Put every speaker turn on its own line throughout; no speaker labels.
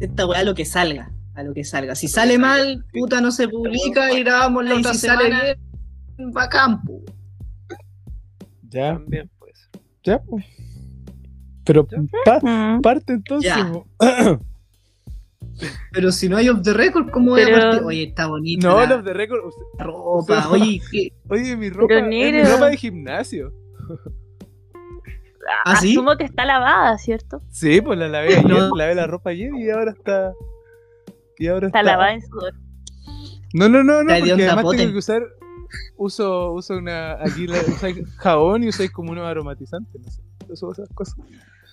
esta weá a lo que salga. A lo que salga. Si sale mal, puta, no se publica y grabamos la
Ahí
otra
si
semana.
sale
bien, bacán, po.
Ya,
También puede ser.
ya. pues. Pero
Ya.
pa-
Mm.
parte entonces.
Ya.
po.
Pero si no hay off the record, ¿cómo voy a
Pero-
partir? Oye, está bonita
No,
la
los de récord. usted-
ropa. Oye, ¿qué?
Oye, mi ropa, es mi
negro.
ropa de gimnasio.
¿Ah, sí?
Asumo que está lavada, ¿cierto?
Sí, pues la lavé ayer,
No.
lavé la ropa ayer y ahora está. Y ahora
Está
está.
lavada en sudor.
No, no, no, no,
Está
porque
hedionda,
además tengo
poten.
que usar. Uso, uso una. Aquí la, usáis jabón y usáis como unos aromatizantes, no sé. Uso esas cosas.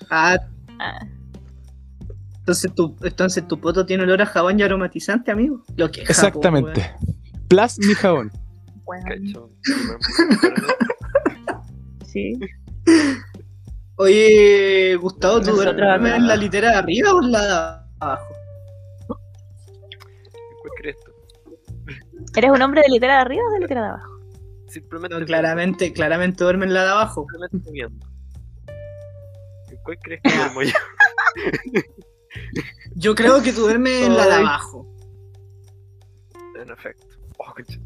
Ah,
Ah,
entonces tu, entonces tu poto tiene olor a jabón y aromatizante, amigo. Lo que es Japón,
Exactamente. Plus mi jabón.
bueno,
Cacho. Bueno,
sí.
weón. Oye, Gustavo, ¿tú
Nosotros
duermes
acá.
en la litera de arriba o en la de abajo?
¿Cuál crees tú?
¿Eres un hombre de litera de arriba o de litera de abajo?
Simplemente.
No,
viendo,
claramente, claramente duerme en la de abajo.
Simplemente viendo. ¿En ¿Cuál crees que duermo yo?
Yo creo que tú duermes en la de
Ay.
abajo.
En efecto. Oh, concha.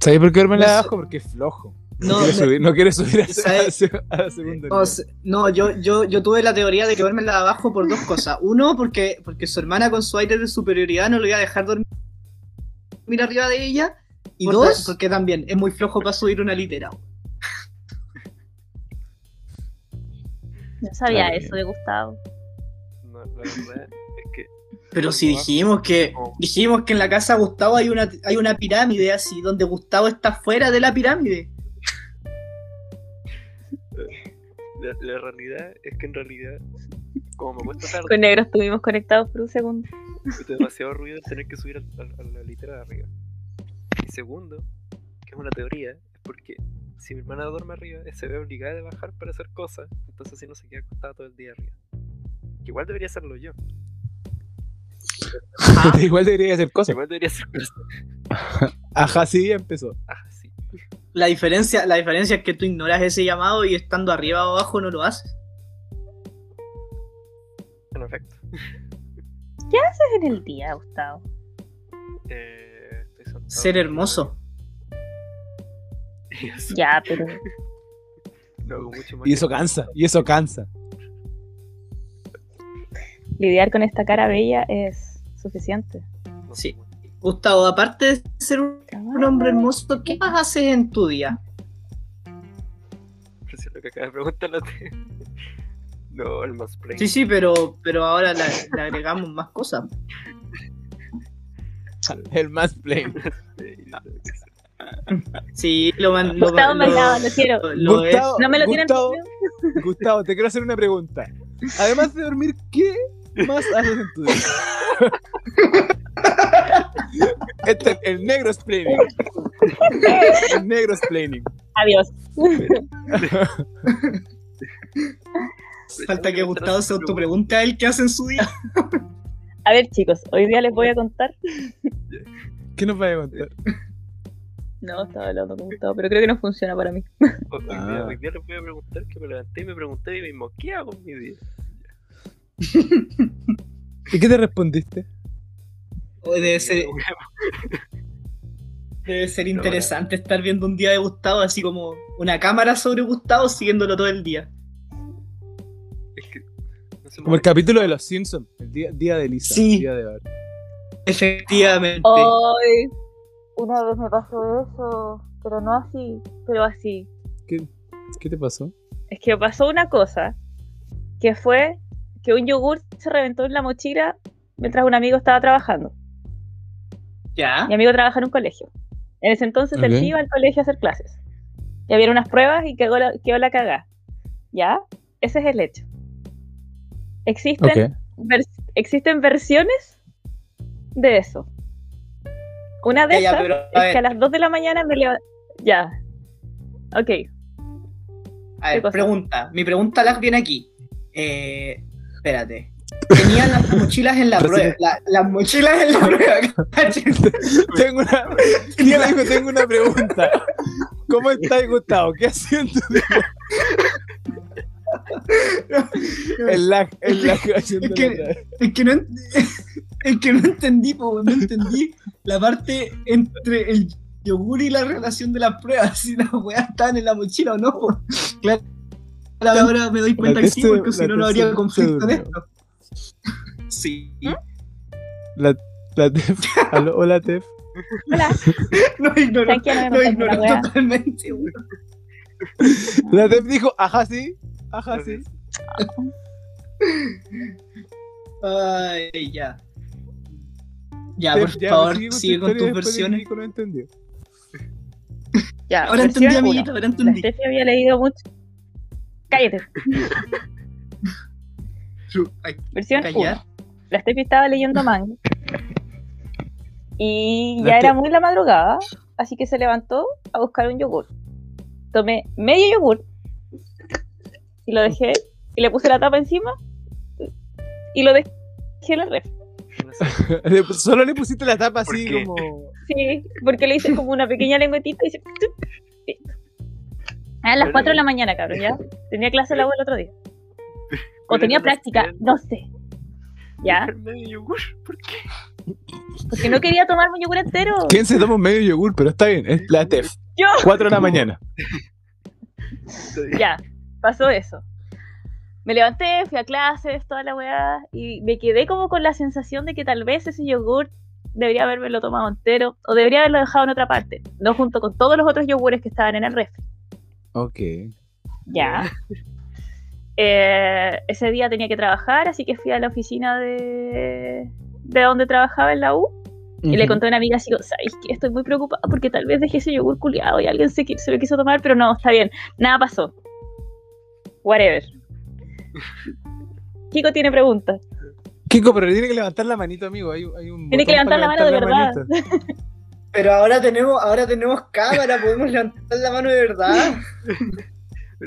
¿Sabéis por qué duerme
No sé.
abajo? Porque es flojo. No,
No,
quiere, subir, no quiere subir a,
¿Sabes?
a- a- a segundo
no,
nivel.
se- no, yo, yo, yo tuve la teoría de que duerme en la de abajo por dos cosas. Uno, porque, porque su hermana con su aire de superioridad no lo iba a dejar dormir arriba de ella. Y
Por
dos,
dos.
porque también es muy flojo para subir una litera.
No sabía
Claro.
eso de Gustavo.
No, la verdad es que.
Pero si dijimos que dijimos que en la casa de Gustavo hay una, hay una pirámide así, donde Gustavo está fuera de la pirámide.
La, la realidad es que en realidad, como me cuesta tarde,
Con negro estuvimos conectados por un segundo.
es demasiado ruido tener que subir al- al- a, la litera de arriba. Y segundo, que es una teoría, es porque si mi hermana duerme arriba, se ve obligada a bajar para hacer cosas, entonces así no se queda acostada todo el día arriba. Que Igual debería hacerlo yo.
Igual debería hacer cosas.
Igual debería hacer cosas.
Ajá, sí, ya empezó.
Ah, sí.
La diferencia, la diferencia es que tú ignoras ese llamado y estando arriba o abajo no lo haces.
En efecto.
¿Qué haces en el día, Gustavo?
Eh, estoy sentado
Ser
en el
hermoso.
baño. Y eso,
Ya, pero
No hago mucho más.
Y
que-
eso cansa, y eso cansa.
lidiar con esta cara bella es suficiente.
no sé,
Sí.
bueno.
Gustavo, aparte de ser un un hombre hermoso, ¿qué más haces en tu día?
Pero si es lo que acabas de preguntar, no te- No, el más
Sí, sí, pero, pero ahora le, le agregamos más cosas.
El más plain.
Sí, lo man, lo,
Gustavo
lo,
me llama, lo quiero.
lo- lo es.
Gustavo,
No me lo tienen
Gustavo,
conmigo.
Gustavo, te quiero hacer una pregunta. Además de dormir, ¿qué más haces en tu día? Este es el negro splaining. El negro splaining.
Adiós.
Falta que Gustavo se autopregunte a él qué hace en su día.
A ver, chicos, hoy día les voy a contar.
¿Qué nos va a contar?
No, estaba hablando con Gustavo, pero creo que no funciona para mí.
Hoy hoy
Ah.
día, hoy día les voy a preguntar que me levanté y me pregunté a mí mismo, ¿qué hago en mi día?
¿Y qué te respondiste?
O Debe ser,
Yo, weón,
debe ser interesante estar viendo un día de Gustavo, así como una cámara sobre Gustavo siguiéndolo todo el día.
Es que no se me
Como el
ocurre.
capítulo de Los Simpsons, el día, día de Lisa.
Sí.
Día de Bart.
Efectivamente.
Oh, Hoy una vez me pasó eso, pero no así, pero así.
¿Qué te pasó?
Es que pasó una cosa, que fue que un yogur se reventó en la mochila mientras un amigo estaba trabajando.
¿Ya?
Mi amigo trabaja en un colegio. En ese entonces
Ok.
él sí iba al colegio a hacer clases. Y había unas pruebas y quedó la, quedó la cagá. ¿Ya? Ese es el hecho. Existen, vers- existen versiones de eso. Una de
Ya, ya,
esas
pero, a
es
ver.
que a las 2 de la mañana me levanté. Ya. Ok.
A ver,
¿Qué cosa?
pregunta. Mi pregunta las viene aquí. Eh, espérate. Tenían las mochilas en la
Recién-
prueba. la- las mochilas en la prueba. ¿cachai?
Tengo una. Tenía algo, tengo una pregunta. ¿Cómo estás, Gustavo? ¿Qué haciendo? El lag, el lag.
Es que, es que no, en- es que no entendí, po, weón, no entendí la parte entre el yogur y la relación de las pruebas, si las weas estaban en la mochila o no. po. Claro, ahora me doy cuenta que sí,
tercera-
porque si
la
no, no habría
tercera
conflicto en
duda.
esto. Sí.
¿Mm?
La, la Tef. Aló, hola, Tef.
Hola,
No ignoró,
¿saben quién
no
me contó
ignoró
la wea?
totalmente, weón.
La Tef dijo, ajá, sí. Ajá, sí.
Ay, ya. Ya,
Tef,
por
ya,
favor,
sigue tu
sigue con tus
historia después de que
versiones.
Nico no entendió.
Ya,
Ahora entendí,
versión uno.
amiguito, ahora
La
entendí.
Steffi había leído mucho. Cállate.
Ay,
Versión 1.
callar.
La Steffi estaba leyendo manga. Y
La
ya era
Steffi-
muy la madrugada, así que se levantó a buscar un yogur. Tomé medio yogur y lo dejé y le puse la tapa encima y lo dejé en el ref.
No sé,
Le- Solo le pusiste la tapa así
¿Por qué?
como.
Sí, porque le hice como una pequeña lengüetita y se... A las 4 de la mañana, cabrón, ya. Tenía clase la web el otro día. O
¿cuál
tenía
era
eh,
la
práctica,
opción?
no sé. ¿Ya?
¿Dejar medio yogur? ¿Por qué?
Porque no quería tomarme un yogur entero.
¿Quién se toma un medio yogur? Pero está bien, es la Tef.
Yo.
4 de la mañana.
Ya, pasó eso. Me levanté, fui a clases, toda la weá, y me quedé como con la sensación de que tal vez ese yogur debería haberlo tomado entero, o debería haberlo dejado en otra parte, no junto con todos los otros yogures que estaban en el refri.
Ok.
Ya. Eh, ese día tenía que trabajar, así que fui a la oficina de, de donde trabajaba en la U y le conté a una amiga así, como, ¿sabes que Estoy muy preocupada porque tal vez dejé ese yogur culiado y alguien se, qui- se lo quiso tomar, pero no, está bien. Nada pasó. Whatever. Kiko tiene preguntas.
Kiko, pero tiene que levantar la manito, amigo. Hay, hay un
Tiene que
botón para
levantar la mano de verdad.
manito.
Pero ahora tenemos, ahora tenemos cámara, podemos levantar la mano de verdad.
Me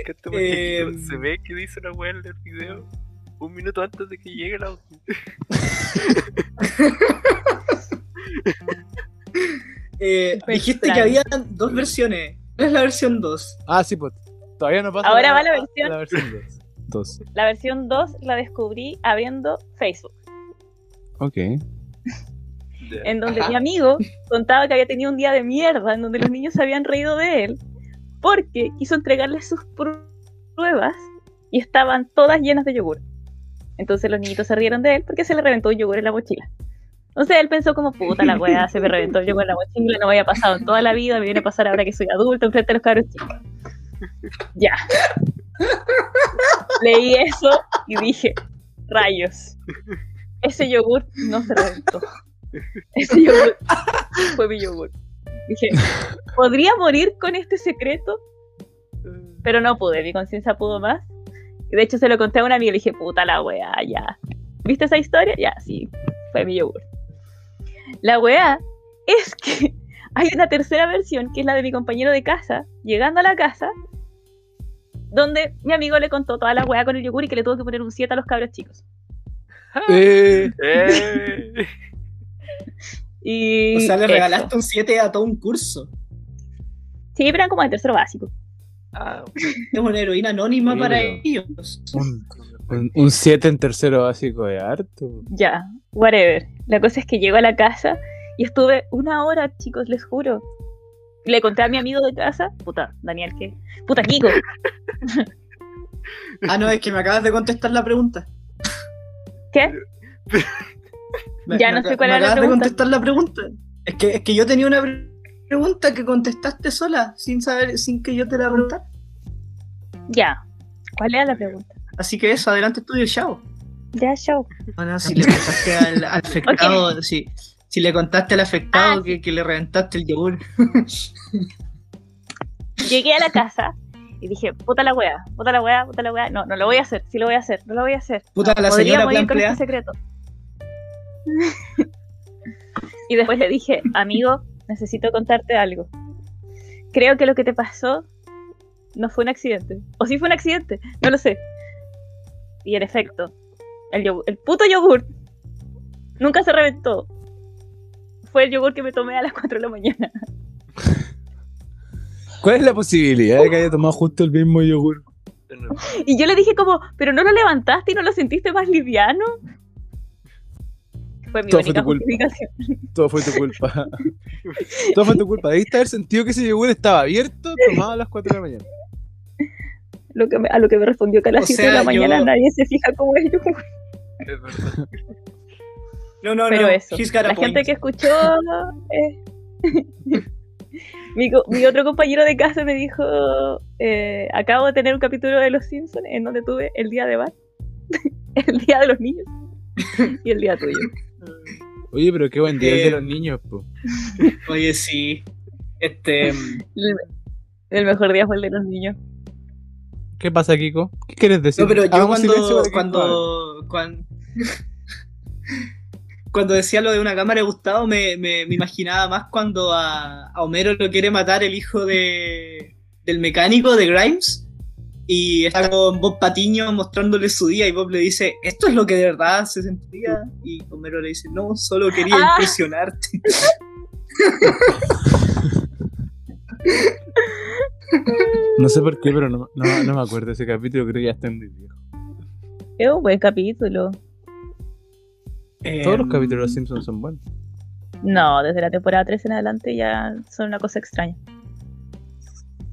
encanta porque
Em.
se ve que dice la weá en el video un minuto antes de que llegue la.
Eh,
Super
dijiste que
extraño.
había dos versiones. ¿Cuál es la versión 2?
Ah, sí, pues. Todavía no pasa.
Ahora va la versión.
La versión 2.
La versión 2 la descubrí abriendo Facebook,
Ok.
Ya.
en donde
Ajá.
mi amigo contaba que había tenido un día de mierda, en donde los niños se habían reído de él, porque quiso entregarle sus pr- pruebas y estaban todas llenas de yogur. Entonces los niñitos se rieron de él porque se le reventó un yogur en la mochila. Entonces él pensó como, puta la weá, se me reventó el yogur en la mochila, no me había pasado en toda la vida, me viene a pasar ahora que soy adulto, enfrente a los cabros chicos. Ya. Leí eso y dije, rayos, ese yogur no se reventó. Ese yogur fue mi yogur. Dije, podría morir con este secreto, pero no pude, mi conciencia pudo más. Y de hecho se lo conté a una amiga y le dije, puta la weá, ya. ¿Viste esa historia? Ya, sí, fue mi yogur. La weá es que hay una tercera versión, que es la de mi compañero de casa, llegando a la casa, donde mi amigo le contó toda la weá con el yogur y que le tuvo que poner un 7 a los cabros chicos.
Eh,
¡Eh!
Y
O sea, le
eso.
regalaste un 7 a todo un curso.
Sí, pero eran como de tercero básico.
Ah,
Es una heroína anónima
Sí,
para
pero-
ellos.
un- un 7 en tercero básico de harto.
Ya, whatever. La cosa es que llego a la casa y estuve una hora, chicos, les juro. Le conté a mi amigo de casa, puta, Daniel, ¿qué? Puta, Kiko.
Ah, no, es que me acabas de contestar la pregunta.
¿Qué?
Me-
Ya
me
no sé
aca-
cuál
me
era la
acabas de
pregunta.
contestar la pregunta. Es que, es que yo tenía una pre- pregunta que contestaste sola, sin saber, sin que yo te la preguntara.
Ya. ¿Cuál era la pregunta?
Así que eso, adelante estudio, chao.
Ya, show.
Bueno, si le contaste al, al afectado, si, si le contaste al afectado
Ah,
que, que le reventaste el yogur.
Llegué a la casa y dije, puta la wea, puta la wea, puta la wea. No, no lo voy a hacer, sí lo voy a hacer, no lo voy a hacer.
Puta,
No,
la
podría
señora
morir con
Plan
este secreto. y después le dije, amigo, necesito contarte algo. Creo que lo que te pasó no fue un accidente. O sí fue un accidente, no lo sé. Y en efecto, el, yogur- el puto yogur nunca se reventó. Fue el yogur que me tomé a las 4 de la mañana.
¿Cuál es la posibilidad de que haya tomado justo el mismo yogur?
en el-
Y yo le dije como, pero no lo levantaste y no lo sentiste más liviano. Fue mi
Todo fue
única
tu culpa.
justificación.
Todo fue tu culpa. Todo fue tu culpa. Debiste haber sentido que ese yogur estaba abierto, tomado a las 4 de la mañana.
Lo que me- a lo que me respondió que a
O
las 7 de
sea,
la mañana
yo-
nadie se fija cómo es yo.
Es verdad.
No, no,
Pero
no.
eso,
he's got a
la
point.
gente que escuchó... eh, mi, co- mi otro compañero de casa me dijo, eh, acabo de tener un capítulo de Los Simpsons en donde tuve el día de Bart, el día de los niños y el día tuyo.
Oye, pero qué buen día el de
Eh,
los niños, po.
Oye, sí. Este. mm,
El, el mejor día fue el de los niños.
¿Qué pasa, Kiko? ¿Qué quieres decir?
No, pero yo
Hagamos silencio
cuando.
para que
Cuando.
Kiko
cuan- Cuando decía lo de una cámara de Gustavo, me, me- me imaginaba más cuando a, a Homero lo quiere matar el hijo de, del mecánico de Grimes. Y está con Bob Patiño mostrándole su día. Y Bob le dice: ¿Esto es lo que de verdad se sentía? Y Homero le dice: No, solo quería
Ah.
impresionarte.
hable. No sé por qué, pero no, no- no me acuerdo de ese capítulo. Creo que ya está en mi viejo.
Es un buen capítulo.
Todos los
Em,
capítulos de los Simpsons son buenos.
No, desde la temporada 3 en adelante ya son una cosa extraña.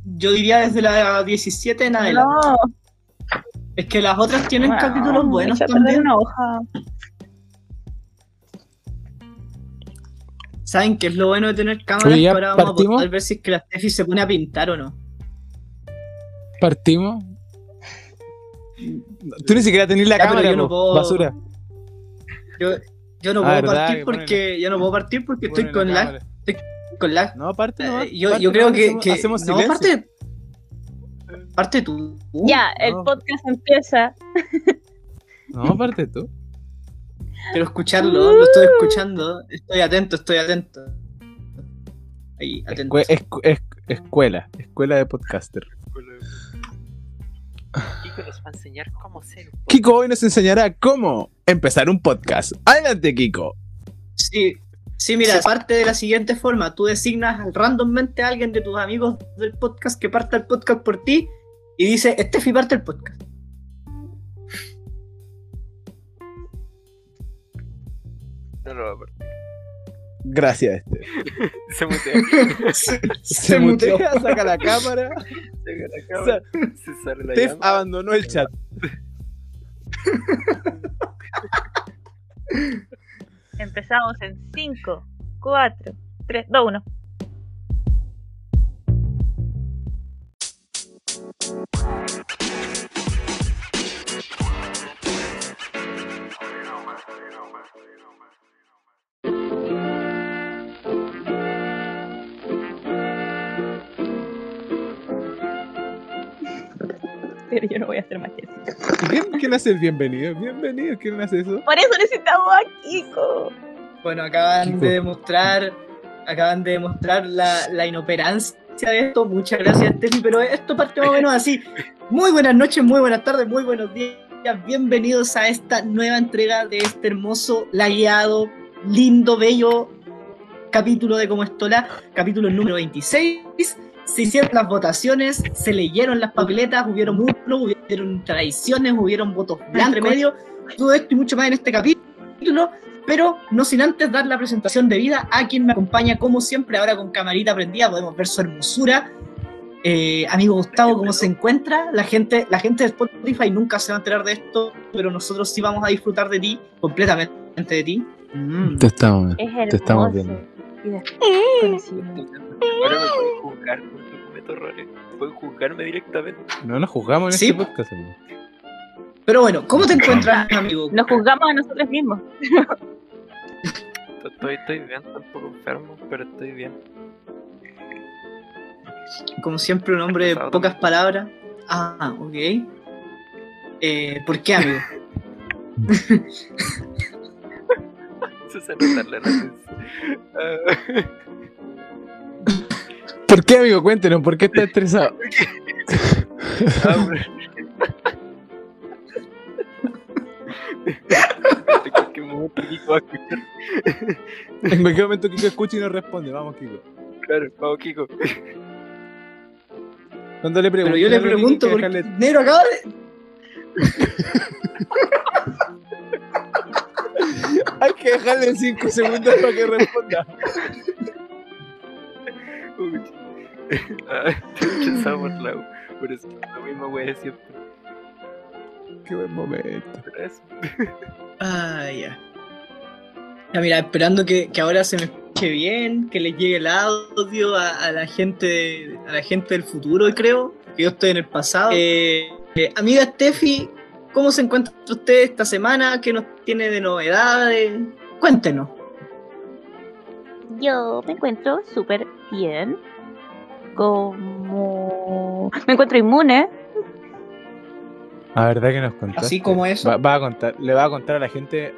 Yo diría desde la 17 en adelante.
No,
Es que las otras tienen
bueno,
capítulos buenos
echa a perder
también.
una hoja.
¿Saben qué es lo bueno de tener cámaras?
Oye,
Que
ya
ahora vamos
partimos.
a poder ver si es que la Steffi se pone a pintar o no.
¿Partimos? Tú ni siquiera tenés la
Ya, pero
cámara,
yo no
po,
puedo-
basura.
Yo, yo no
Ah,
puedo
verdad, que
partir
ponen la-
porque yo no puedo partir porque estoy
Ponen
con lag,
cámara.
con lag.
No, parte no.
Eh, yo,
parte
yo
no,
creo que,
hacemos-
que-
hacemos
no,
silencio.
parte, parte tú.
Ya, el
no.
podcast empieza.
No, parte tú.
Quiero escucharlo, lo estoy escuchando. Estoy atento, estoy atento. Ahí, atento.
Escue- escu- es- escuela. Escuela de podcaster.
Bueno, Kiko nos va a enseñar cómo ser un poco.
Kiko hoy nos enseñará cómo empezar un podcast. Adelante, Kiko.
Sí, sí, mira, parte de la siguiente forma. Tú designas randommente a alguien de tus amigos del podcast que parta el podcast por ti y dice, Steffi parte el podcast.
No lo va a perder.
Gracias, este.
Se mutea.
Se
muteó.
mutea, saca la cámara.
Llega la
O
cámara,
sea,
se sale la
Steph
llama.
abandonó el chat.
Empezamos en 5, 4, 3, 2, 1. Pero yo no voy a hacer más que eso.
¿Quién, quién hace el bienvenido? Bienvenido, ¿quién hace eso?
Por eso necesitamos a Kiko.
Bueno, acaban
Chico.
de demostrar, acaban de demostrar la, la inoperancia de esto. Muchas gracias, Steffi, pero esto parte más o menos así. Muy buenas noches, muy buenas tardes, muy buenos días. Bienvenidos a esta nueva entrega de este hermoso, lagueado, lindo, bello capítulo de Como Estola, capítulo número 26. Se hicieron las votaciones, se leyeron las papeletas, hubieron muslos, hubieron traiciones, hubieron votos blancos, medio, todo esto y mucho más en este capítulo pero no sin antes dar la presentación debida a quien me acompaña, como siempre, ahora con camarita prendida, podemos ver su hermosura. Eh, amigo Gustavo, ¿cómo se encuentra? La gente, la gente de Spotify nunca se va a enterar de esto, pero nosotros sí vamos a disfrutar de ti, completamente de ti. Mm.
estamos.
Es hermoso.
Te estamos viendo.
Y después,
Ahora me pueden juzgar cuando cometo errores. Pueden juzgarme directamente.
No nos juzgamos en
Sí,
este
po.
podcast. amigo.
Pero bueno, ¿cómo te encuentras, amigo?
nos juzgamos a nosotros mismos.
Estoy, estoy bien, estoy un poco enfermo, pero estoy bien.
Como siempre, un hombre de pocas palabras. Ah, ok. Eh, ¿Por qué, amigo?
Eso se nota la referencia. Ah,
¿Por qué, amigo? Cuéntenos, ¿por qué está estresado?
ah, bueno. En cualquier momento Kiko va a escuchar.
En cualquier momento Kiko escucha y no responde. Vamos, Kiko.
Claro, vamos Kiko.
Cuando le pregunto,
Pero yo le pregunto,
por
porque negro acaba de.
Hay que dejarle 5 segundos para que responda.
Uy. Ah, chucha, sabor Lau. Pero es que la misma wea de siempre.
Qué buen momento.
Pero eso,
Ah, ya. Ya, mira, esperando que, que ahora se me escuche bien, que les llegue el audio a, a la gente a la gente del futuro, creo, que yo estoy en el pasado. Eh, eh, amiga Steffi, ¿cómo se encuentra usted esta semana? ¿Qué nos tiene de novedades? Cuéntenos.
Yo me encuentro súper bien. Como. Me encuentro inmune.
Ah, ¿verdad que nos contaste?
Así como eso.
Va, va a contar, le va a contar a la gente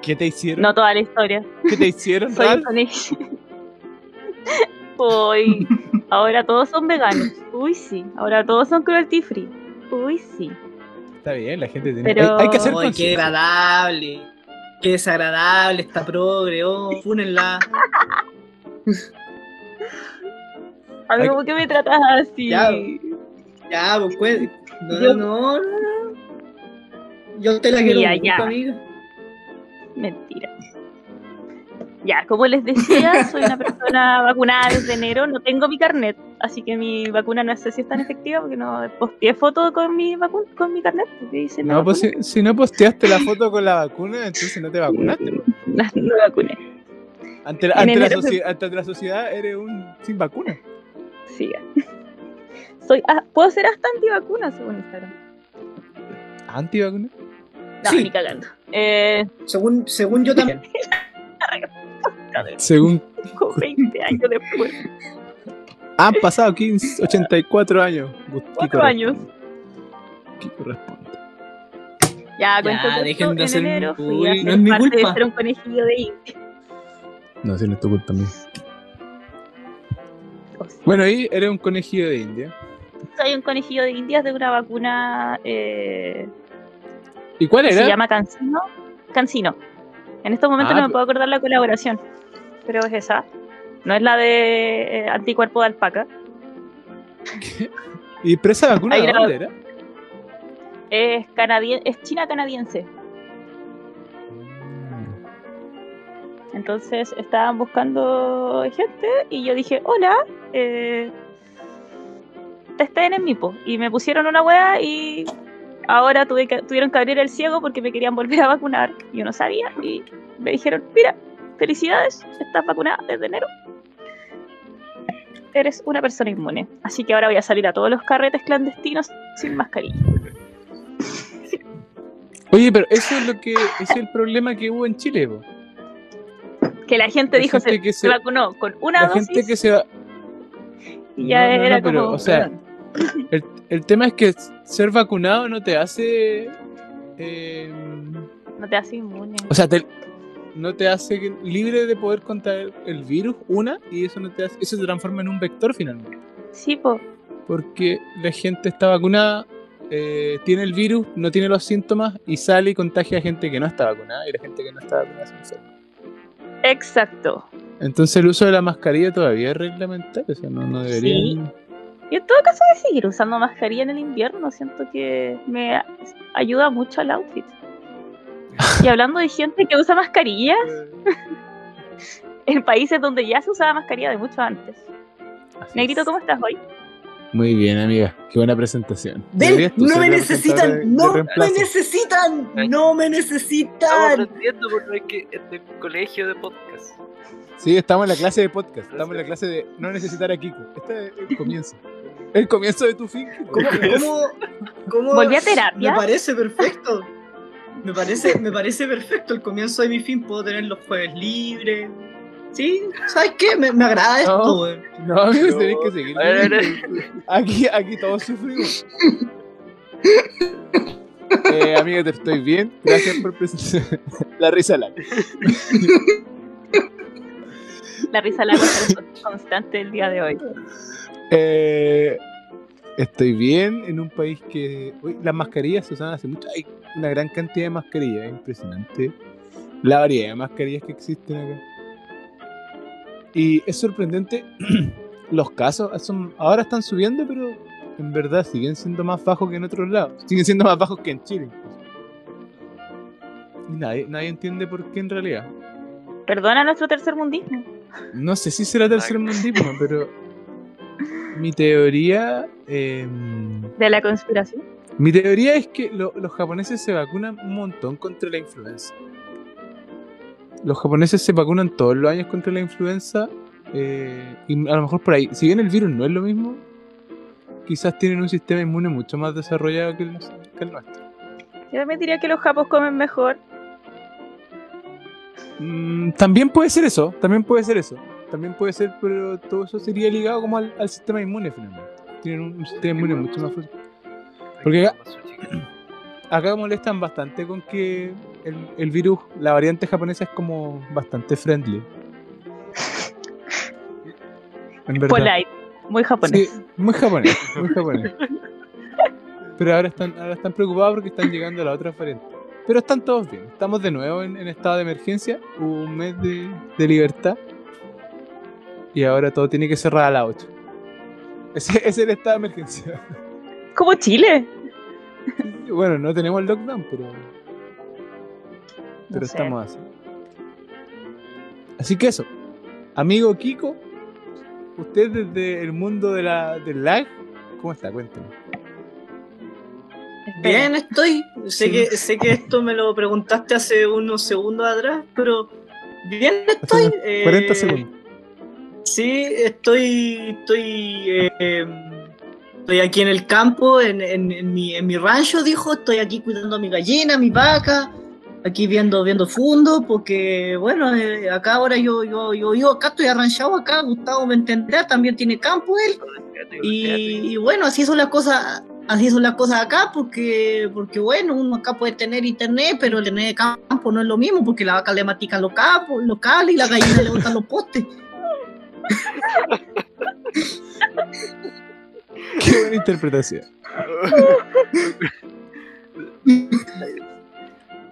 qué te hicieron.
No toda la historia.
¿Qué te hicieron,
Soy
Ralph?
Indonesia. Hoy. Ahora todos son veganos. Uy, sí. Ahora todos son cruelty free. Uy, sí.
Está bien, la gente tiene.
Pero-
Hay, hay que hacer
Ay, qué
conciencia.
agradable. Qué desagradable esta progre, oh, fúnenla.
A mí,
Ay.
¿por qué me tratas así?
Ya. Ya, pues, cuen- no,
Yo-
no, no, no. Yo te la quiero
Mira,
mucho,
ya.
amiga.
Mentira. Ya, como les decía, soy una persona vacunada desde enero, no tengo mi carnet, así que mi vacuna no sé si es tan efectiva porque no posteé foto con mi vacu- con mi carnet, porque dice me
No, pues
vacuné.
si, si no posteaste la foto con la vacuna, entonces no te vacunaste. po.
pues.
No, no vacuné.
Ante la,
En
ante la,
enero se-
socie- ante la sociedad eres un sin vacuna.
Siga. Soy ah, puedo ser hasta antivacuna según Instagram.
¿Antivacuna?
No,
Sí.
ni cagando. Eh,
Según, según yo también.
Según.
con 20 años después,
Han pasado 15, 84 años. Gust- ¿qué
4
corre-
años.
qué corresponde?
Ya,
Ya,
cuento corto,
dejen de
en
hacer mi
enero fui
bullying,
a
no
ser
es mi
parte
culpa.
de ser un conejillo de India.
No, si no es tu culpa mía. Bueno, ahí eres un conejillo de India.
Soy un conejillo de indias de una vacuna eh,
¿Y cuál
que se
era?
llama Cancino. Cancino. En estos momentos
Ah,
no me
pero-
puedo acordar la colaboración, pero es esa. No es la de eh, anticuerpo de alpaca.
¿Y presa vacuna
Ahí
de
era-
dónde era?
Es, canadien- es China canadiense. Entonces estaban buscando gente y yo dije, hola, eh, testeen en mi po. Y me pusieron una hueá y ahora tuve que- tuvieron que abrir el ciego porque me querían volver a vacunar. Yo no sabía y me dijeron, mira, felicidades, estás vacunada desde enero. Eres una persona inmune. Así que ahora voy a salir a todos los carretes clandestinos sin mascarilla.
Oye, pero eso es lo que ese es el problema que hubo en Chile, po.
Que la gente
La
dijo,
gente
se,
que
se
se-
vacunó con una
La gente
dosis
que se va.
y ya
No, no, no,
era
pero,
como...
o sea, el, el tema es que ser vacunado no te hace. eh,
no te hace inmune.
o sea, te- no te hace que- libre de poder contraer el virus, una, y eso no te hace, eso se transforma en un vector finalmente.
sí, po.
Porque la gente está vacunada, eh, tiene el virus, no tiene los síntomas y sale y contagia a gente que no está vacunada y la gente que no está vacunada se enferma.
Exacto.
Entonces el uso de la mascarilla todavía es reglamentario, o sea, no, no debería.
Y en todo caso de seguir usando mascarilla en el invierno, siento que me a- ayuda mucho al outfit. Y hablando de gente que usa mascarilla,
eh,
en países donde ya se usaba mascarilla de mucho antes. Negrito, ¿cómo estás hoy?
Muy bien, amiga. Qué buena presentación.
Ven, no me necesitan, no me necesitan,
Ay.
no me
Estamos
necesitan.
aprendiendo porque es que es del colegio de podcast.
Sí, estamos en la clase de podcast. Estamos en la clase de no necesitar a Kiko. Este es el comienzo. El comienzo de tu fin.
¿Cómo, cómo, cómo-
Volví a terapia.
Me parece perfecto. Me parece, me parece perfecto el comienzo de mi fin. Puedo tener los jueves libres. Sí, ¿sabes qué? Me, me agrada esto,
No.
weón.
No, amigos,
No.
tenés que seguir.
A ver, a ver.
Aquí, aquí todos sufrimos. Eh, amiga, te estoy bien. Gracias por presentar. La risa la.
La risa larga es constante el día de hoy.
Eh, estoy bien en un país que. uy, las mascarillas se usan hace mucho. Hay una gran cantidad de mascarillas, es impresionante. La variedad de mascarillas que existen acá. Y es sorprendente los casos son, ahora están subiendo, pero en verdad siguen siendo más bajos que en otros lados. Siguen siendo más bajos que en Chile. Y nadie, nadie entiende por qué en realidad.
Perdona nuestro tercer mundismo.
No sé si será tercer mundismo, pero mi teoría... em,
De la conspiración.
Mi teoría es que lo- los japoneses se vacunan un montón contra la influenza. Los japoneses se vacunan todos los años contra la influenza. eh, y a lo mejor por ahí, si bien el virus no es lo mismo, quizás tienen un sistema inmune mucho más desarrollado que el, nos- que el nuestro.
Yo también diría que los japos comen mejor.
Mm, también puede ser eso, también puede ser eso. También puede ser, pero todo eso sería ligado como al, al sistema inmune finalmente. Tienen un, un sistema inmune mucho más fuerte. Porque acá- acá molestan bastante con que el, el virus, la variante japonesa es como bastante friendly. En verdad.
Polite. Muy japonés.
Sí, muy japonés, muy japonés. Pero ahora están, ahora están preocupados porque están llegando a la otra variante. Pero están todos bien. Estamos de nuevo en, en estado de emergencia. Hubo un mes de, de libertad. Y ahora todo tiene que cerrar a las 8. Ese ese es el estado de emergencia.
Como Chile.
Bueno, no tenemos el lockdown, pero. Pero
sé.
estamos así. Así que eso. Amigo Kiko, usted desde el mundo de la, del lag, ¿cómo está? Cuénteme.
Espera.
Bien estoy. Sé,
Sí.
que, sé que esto me lo preguntaste hace unos segundos atrás, pero bien estoy.
unos
eh,
40 segundos.
Sí, estoy, estoy, eh, em, estoy aquí en el campo, en, en- en mi, en mi rancho, dijo. Estoy aquí cuidando a mi gallina, a mi vaca, aquí viendo, viendo fundo, porque bueno, eh, acá ahora yo, yo, yo, yo acá estoy arranchado acá. Gustavo me entenderá, también tiene campo él. Y, y bueno, así son las cosas, así son las cosas acá, porque, porque bueno, uno acá puede tener internet, pero el internet de campo no es lo mismo, porque la vaca le matican los capos, los cables y la gallina le botan los postes.
Qué buena interpretación.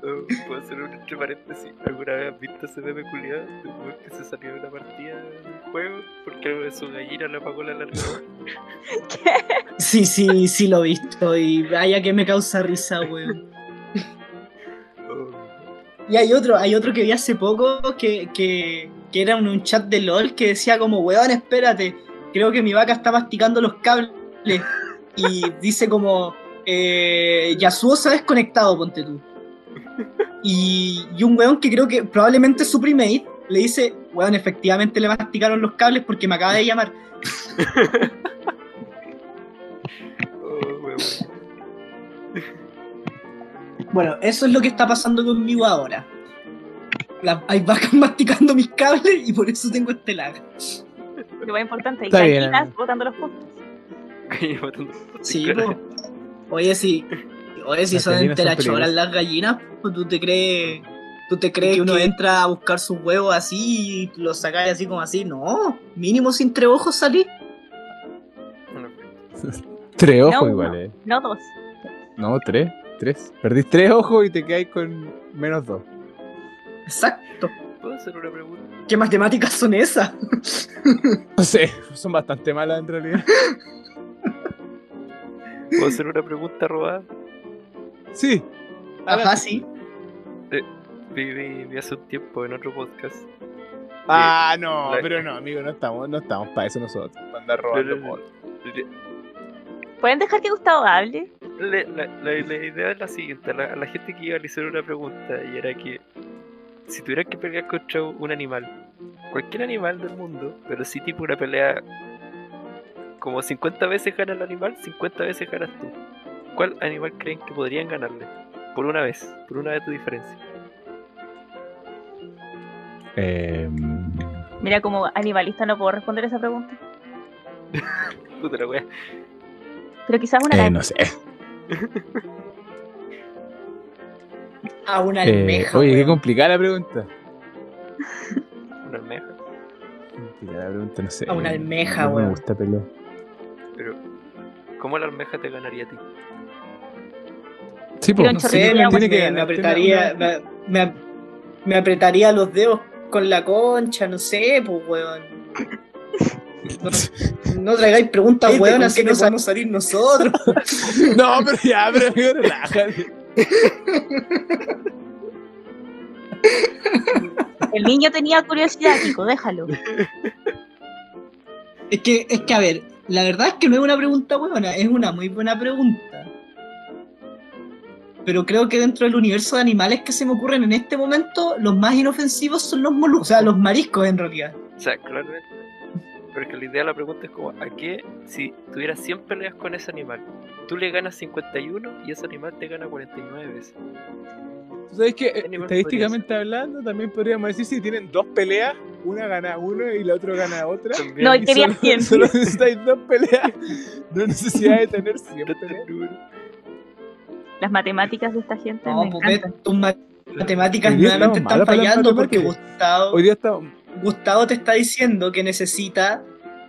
Oh, Puedo hacer un entre paréntesis. ¿Alguna vez has visto ese meme culiado? De un weón que se salió de una partida de un juego porque algo de su gallina le apagó la larga.
Sí, sí, sí lo he visto y vaya que me causa risa, weón.
Oh,
Y hay otro, hay otro que vi hace poco que, que, que era un, un chat de LOL que decía como, weón, espérate, creo que mi vaca está masticando los cables. Y dice como, eh, Yasuo se ha desconectado, ponte tú. Y, y un weón que creo que probablemente es su primate le dice, weón, efectivamente le masticaron los cables porque me acaba de llamar.
Oh, weón.
Bueno, eso es lo que está pasando conmigo ahora. La- hay vacas masticando mis cables y por eso tengo este lag.
Lo más importante, hay
Está bien, eh.
gallinas
amigo.
botando los postes.
Gallina matando.
Sí,
Claro.
po. Oye, sí. Oye, si
Las
son
gallinas son
enterachoras
peligrosas.
las gallinas, pues, tú te crees. ¿Tú te crees que uno entra a buscar sus huevos así y los sacáis así como así? No, mínimo sin trebojos salí.
Bueno,
Tres ojos
No,
igual,
no.
eh.
No dos.
No, tres. Tres. Perdís tres ojos y te quedáis con menos dos.
Exacto.
¿Puedo hacer una pregunta?
¿Qué matemáticas son esas?
No sé, son bastante malas en realidad.
¿Puedo hacer una pregunta robada?
Sí.
Ajá, sí.
Vi, vi- vi hace un tiempo en otro podcast.
Ah, no,
La-
pero no, amigo, no estamos, no estamos para eso nosotros. Para andar robando
Pero-
motos.
Le-
¿Pueden dejar que Gustavo hable?
le- La, la- la idea es la siguiente: a la, a la gente que iba le hicieron una pregunta y era que si tuvieras que pelear contra un animal, cualquier animal del mundo, pero sí tipo una pelea como 50 veces gana el animal, 50 veces ganas tú. ¿Cuál animal creen que podrían ganarle? Por una vez, por una vez tu diferencia.
Eh,
Mira, como animalista no puedo responder esa pregunta.
Puta la wea.
Pero quizás una
Eh,
gallina.
no sé.
A una
Eh,
almeja.
oye, qué
weón.
complicada la pregunta.
Una almeja.
Complicada la pregunta, no sé.
A Ah, una almeja,
No me
weón.
gusta pelear.
Pero, ¿cómo la almeja te ganaría a ti?
Sí,
Tira
pues.
un
No sé,
Tiene
me,
que-
me-
tiene que-
me apretaría, me, me- me apretaría los dedos con la concha, no sé, pues, weón. no, no tragáis preguntas
Este,
hueonas
¿con qué
si no
nos
sabemos salir nosotros.
No, pero ya, pero amigo, relájate.
El niño tenía curiosidad, Kiko, déjalo.
Es que, es que, a ver, la verdad es que no es una pregunta huevona, es una muy buena pregunta. Pero creo que dentro del universo de animales que se me ocurren en este momento, los más inofensivos son los moluscos, o sea, los mariscos en realidad.
O sea, claramente. Pero es que la idea de la pregunta es como, ¿a qué si tuvieras 100 peleas con ese animal? Tú le ganas 51 y ese animal te gana 49 veces.
¿Tú sabes que eh,
¿Qué nivel
estadísticamente hablando, también podríamos decir si tienen dos peleas, una gana uno y la otra gana otra.
También
No,
hay
y tenía
solo,
100.
solo necesitáis dos peleas. No hay necesidad de tener 100 peleas.
Las matemáticas de esta gente
No, pues,
me
porque
encantan.
tus ma- matemáticas
Hoy día
nuevamente
estamos
están
malos para las
fallando porque
matemáticas.
Gustavo,
Hoy día estamos.
Gustavo te está diciendo que necesita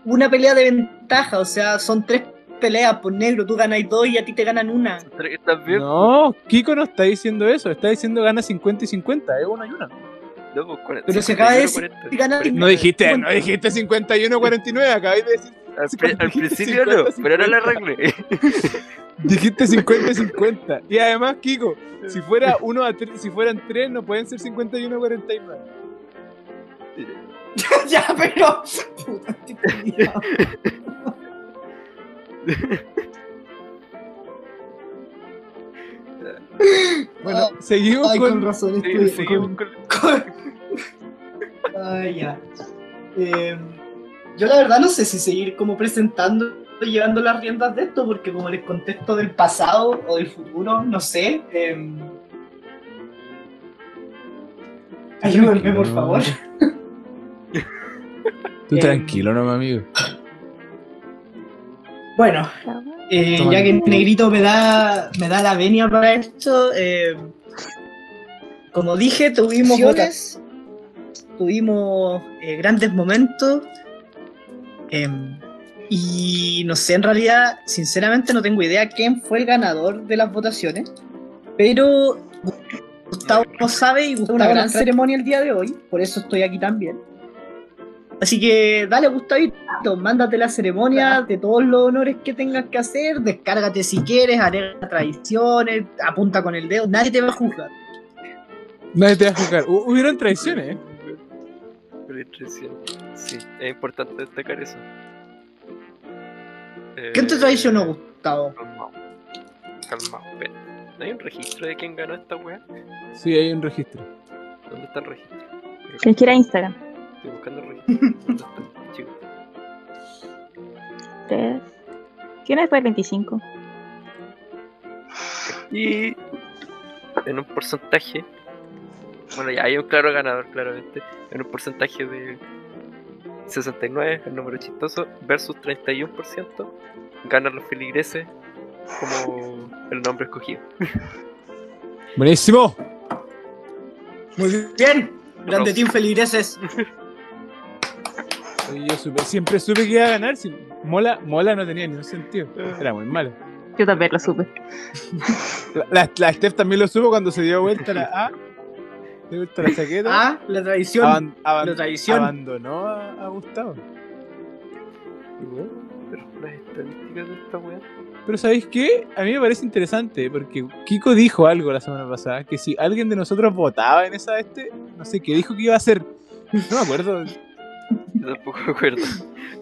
una pelea de ventaja, o sea, son tres peleas por negro, tú ganas dos y a ti te ganan una.
También, no.
No, Kiko no está diciendo eso. Está diciendo gana 50 y 50. Es una y una.
pues, cuarenta-
Pero se acaba de decir
41,
que gana-
40.
No
dijiste, no dijiste 51 49. Acabáis de decir.
Al, pri- al principio no, pero ahora la arreglé.
Dijiste 50 y 50. Y además, Kiko, si, fuera uno a tres- si fueran 3, no pueden ser 51 49.
ya, pero. Puta, qué culiao.
Bueno, seguimos
Ay,
con.
con razón,
Sí,
estoy-
seguimos
con-
con-
con- Ay, ya. Eh, yo la verdad no sé si seguir como presentando y llevando las riendas de esto, porque como les contesto del pasado o del futuro, no sé. eh, Ayúdenme, por favor.
Tú
Eh,
tranquilo, no, amigo.
Bueno, eh,
Toma.
ya que Negrito me da, me da la venia para esto, eh, como dije, tuvimos votas, tuvimos eh, grandes momentos, em, y no sé, en realidad, sinceramente no tengo idea quién fue el ganador de las votaciones, pero Gustavo lo sabe y Gustavo una gran ceremonia el día de hoy, por eso estoy aquí también. Así que dale, Gustavito, mándate la ceremonia de todos los honores que tengas que hacer, descárgate si quieres, agrega tradiciones, apunta con el dedo, nadie te va a juzgar.
Nadie te va a juzgar. Hu- Hubieron traiciones, ¿eh?
Con la traición. Sí, es importante destacar eso.
¿Quién te
Eh,
traicionó, Gustavo?
Calmao. Calmao, espera. ¿No hay un registro de quién ganó esta weá?
Sí, hay un registro.
¿Dónde está el registro?
Tienes que ir a Instagram.
Estoy buscando el registro. ¿Dónde está? Chico.
Tres. ¿Quién es después del 25?
Y en un porcentaje. Bueno, ya hay un claro ganador, claramente. En un porcentaje de 69, el número chistoso, versus 31%, ganan los feligreses como el nombre escogido.
Buenísimo.
Muy bien, grande team feligreses.
Y yo supe- siempre supe que iba a ganar. si- Mola, mola no tenía ningún sentido. Era muy malo.
Yo también lo supe.
La, la- la Steph también lo supo cuando se dio vuelta la A. De vuelta la chaqueta.
Ah, la tradición,
aban- aban-
la tradición.
abandonó a, a Gustavo.
Y bueno, pero las estadísticas de esta weá.
Pero ¿sabéis qué? A mí me parece interesante porque Kiko dijo algo la semana pasada, que si alguien de nosotros votaba en esa este, no sé qué dijo que iba a hacer. No me acuerdo.
Yo tampoco me acuerdo.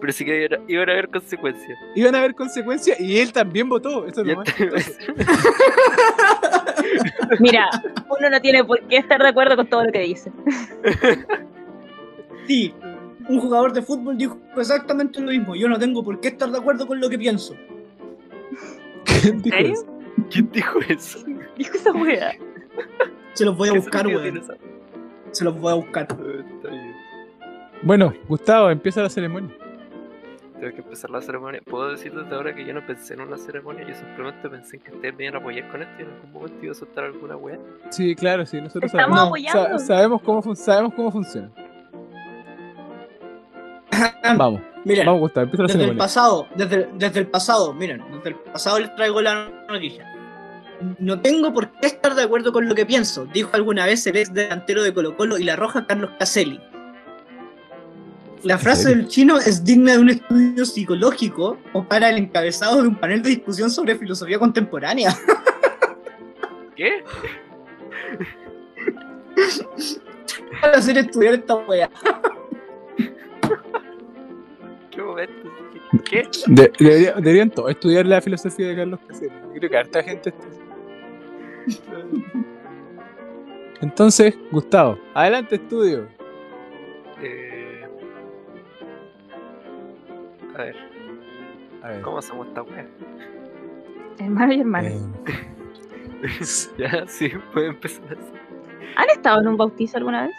Pero sí que iban a- iban a haber consecuencias.
Iban a haber consecuencias y él también votó. Eso es
Y
lo más chistoso.
entonces-
Mira, uno no tiene por qué estar de acuerdo con todo lo que dice.
Sí, un jugador de fútbol dijo exactamente lo mismo. Yo no tengo por qué estar de acuerdo con lo que pienso.
¿Quién dijo
serio?
eso?
¿Quién dijo eso?
Dijo esa wea.
Se los voy a
¿Qué
buscar,
sentido tiene
weón.
esa-
Se los voy a buscar.
Eh, Está bien.
Bueno, Gustavo, empieza la ceremonia.
Tengo que empezar la ceremonia. Puedo decir desde ahora que yo no pensé en una ceremonia, yo simplemente pensé en que ustedes me iban a apoyar con esto y en algún momento iba a soltar alguna wea.
Sí, claro, sí, nosotros
Estamos
sabemos.
apoyando.
sa- sabemos, cómo fun- sabemos cómo funciona. Vamos,
Miren,
vamos, Gustavo, empieza la
desde el
ceremonia.
pasado, desde, desde el pasado, miren, desde el pasado les traigo la noticia. No tengo por qué estar de acuerdo con lo que pienso, dijo alguna vez el ex delantero de Colo Colo y la Roja Carlos Caselli. La frase del chino es digna de un estudio psicológico o para el encabezado de un panel de discusión sobre filosofía contemporánea.
¿Qué?
para hacer estudiar esta wea.
¿Qué momento? ¿Qué?
De- debería- deberían todos estudiar la filosofía de Carlos Caselli. Yo Creo que harta gente. estu- Entonces, Gustavo, adelante estudio.
Eh... A ver,
A ver,
¿cómo hacemos esta wea?
Hermano y hermana.
eh,
ya, sí, puede empezar así.
¿Han estado en un bautizo alguna vez?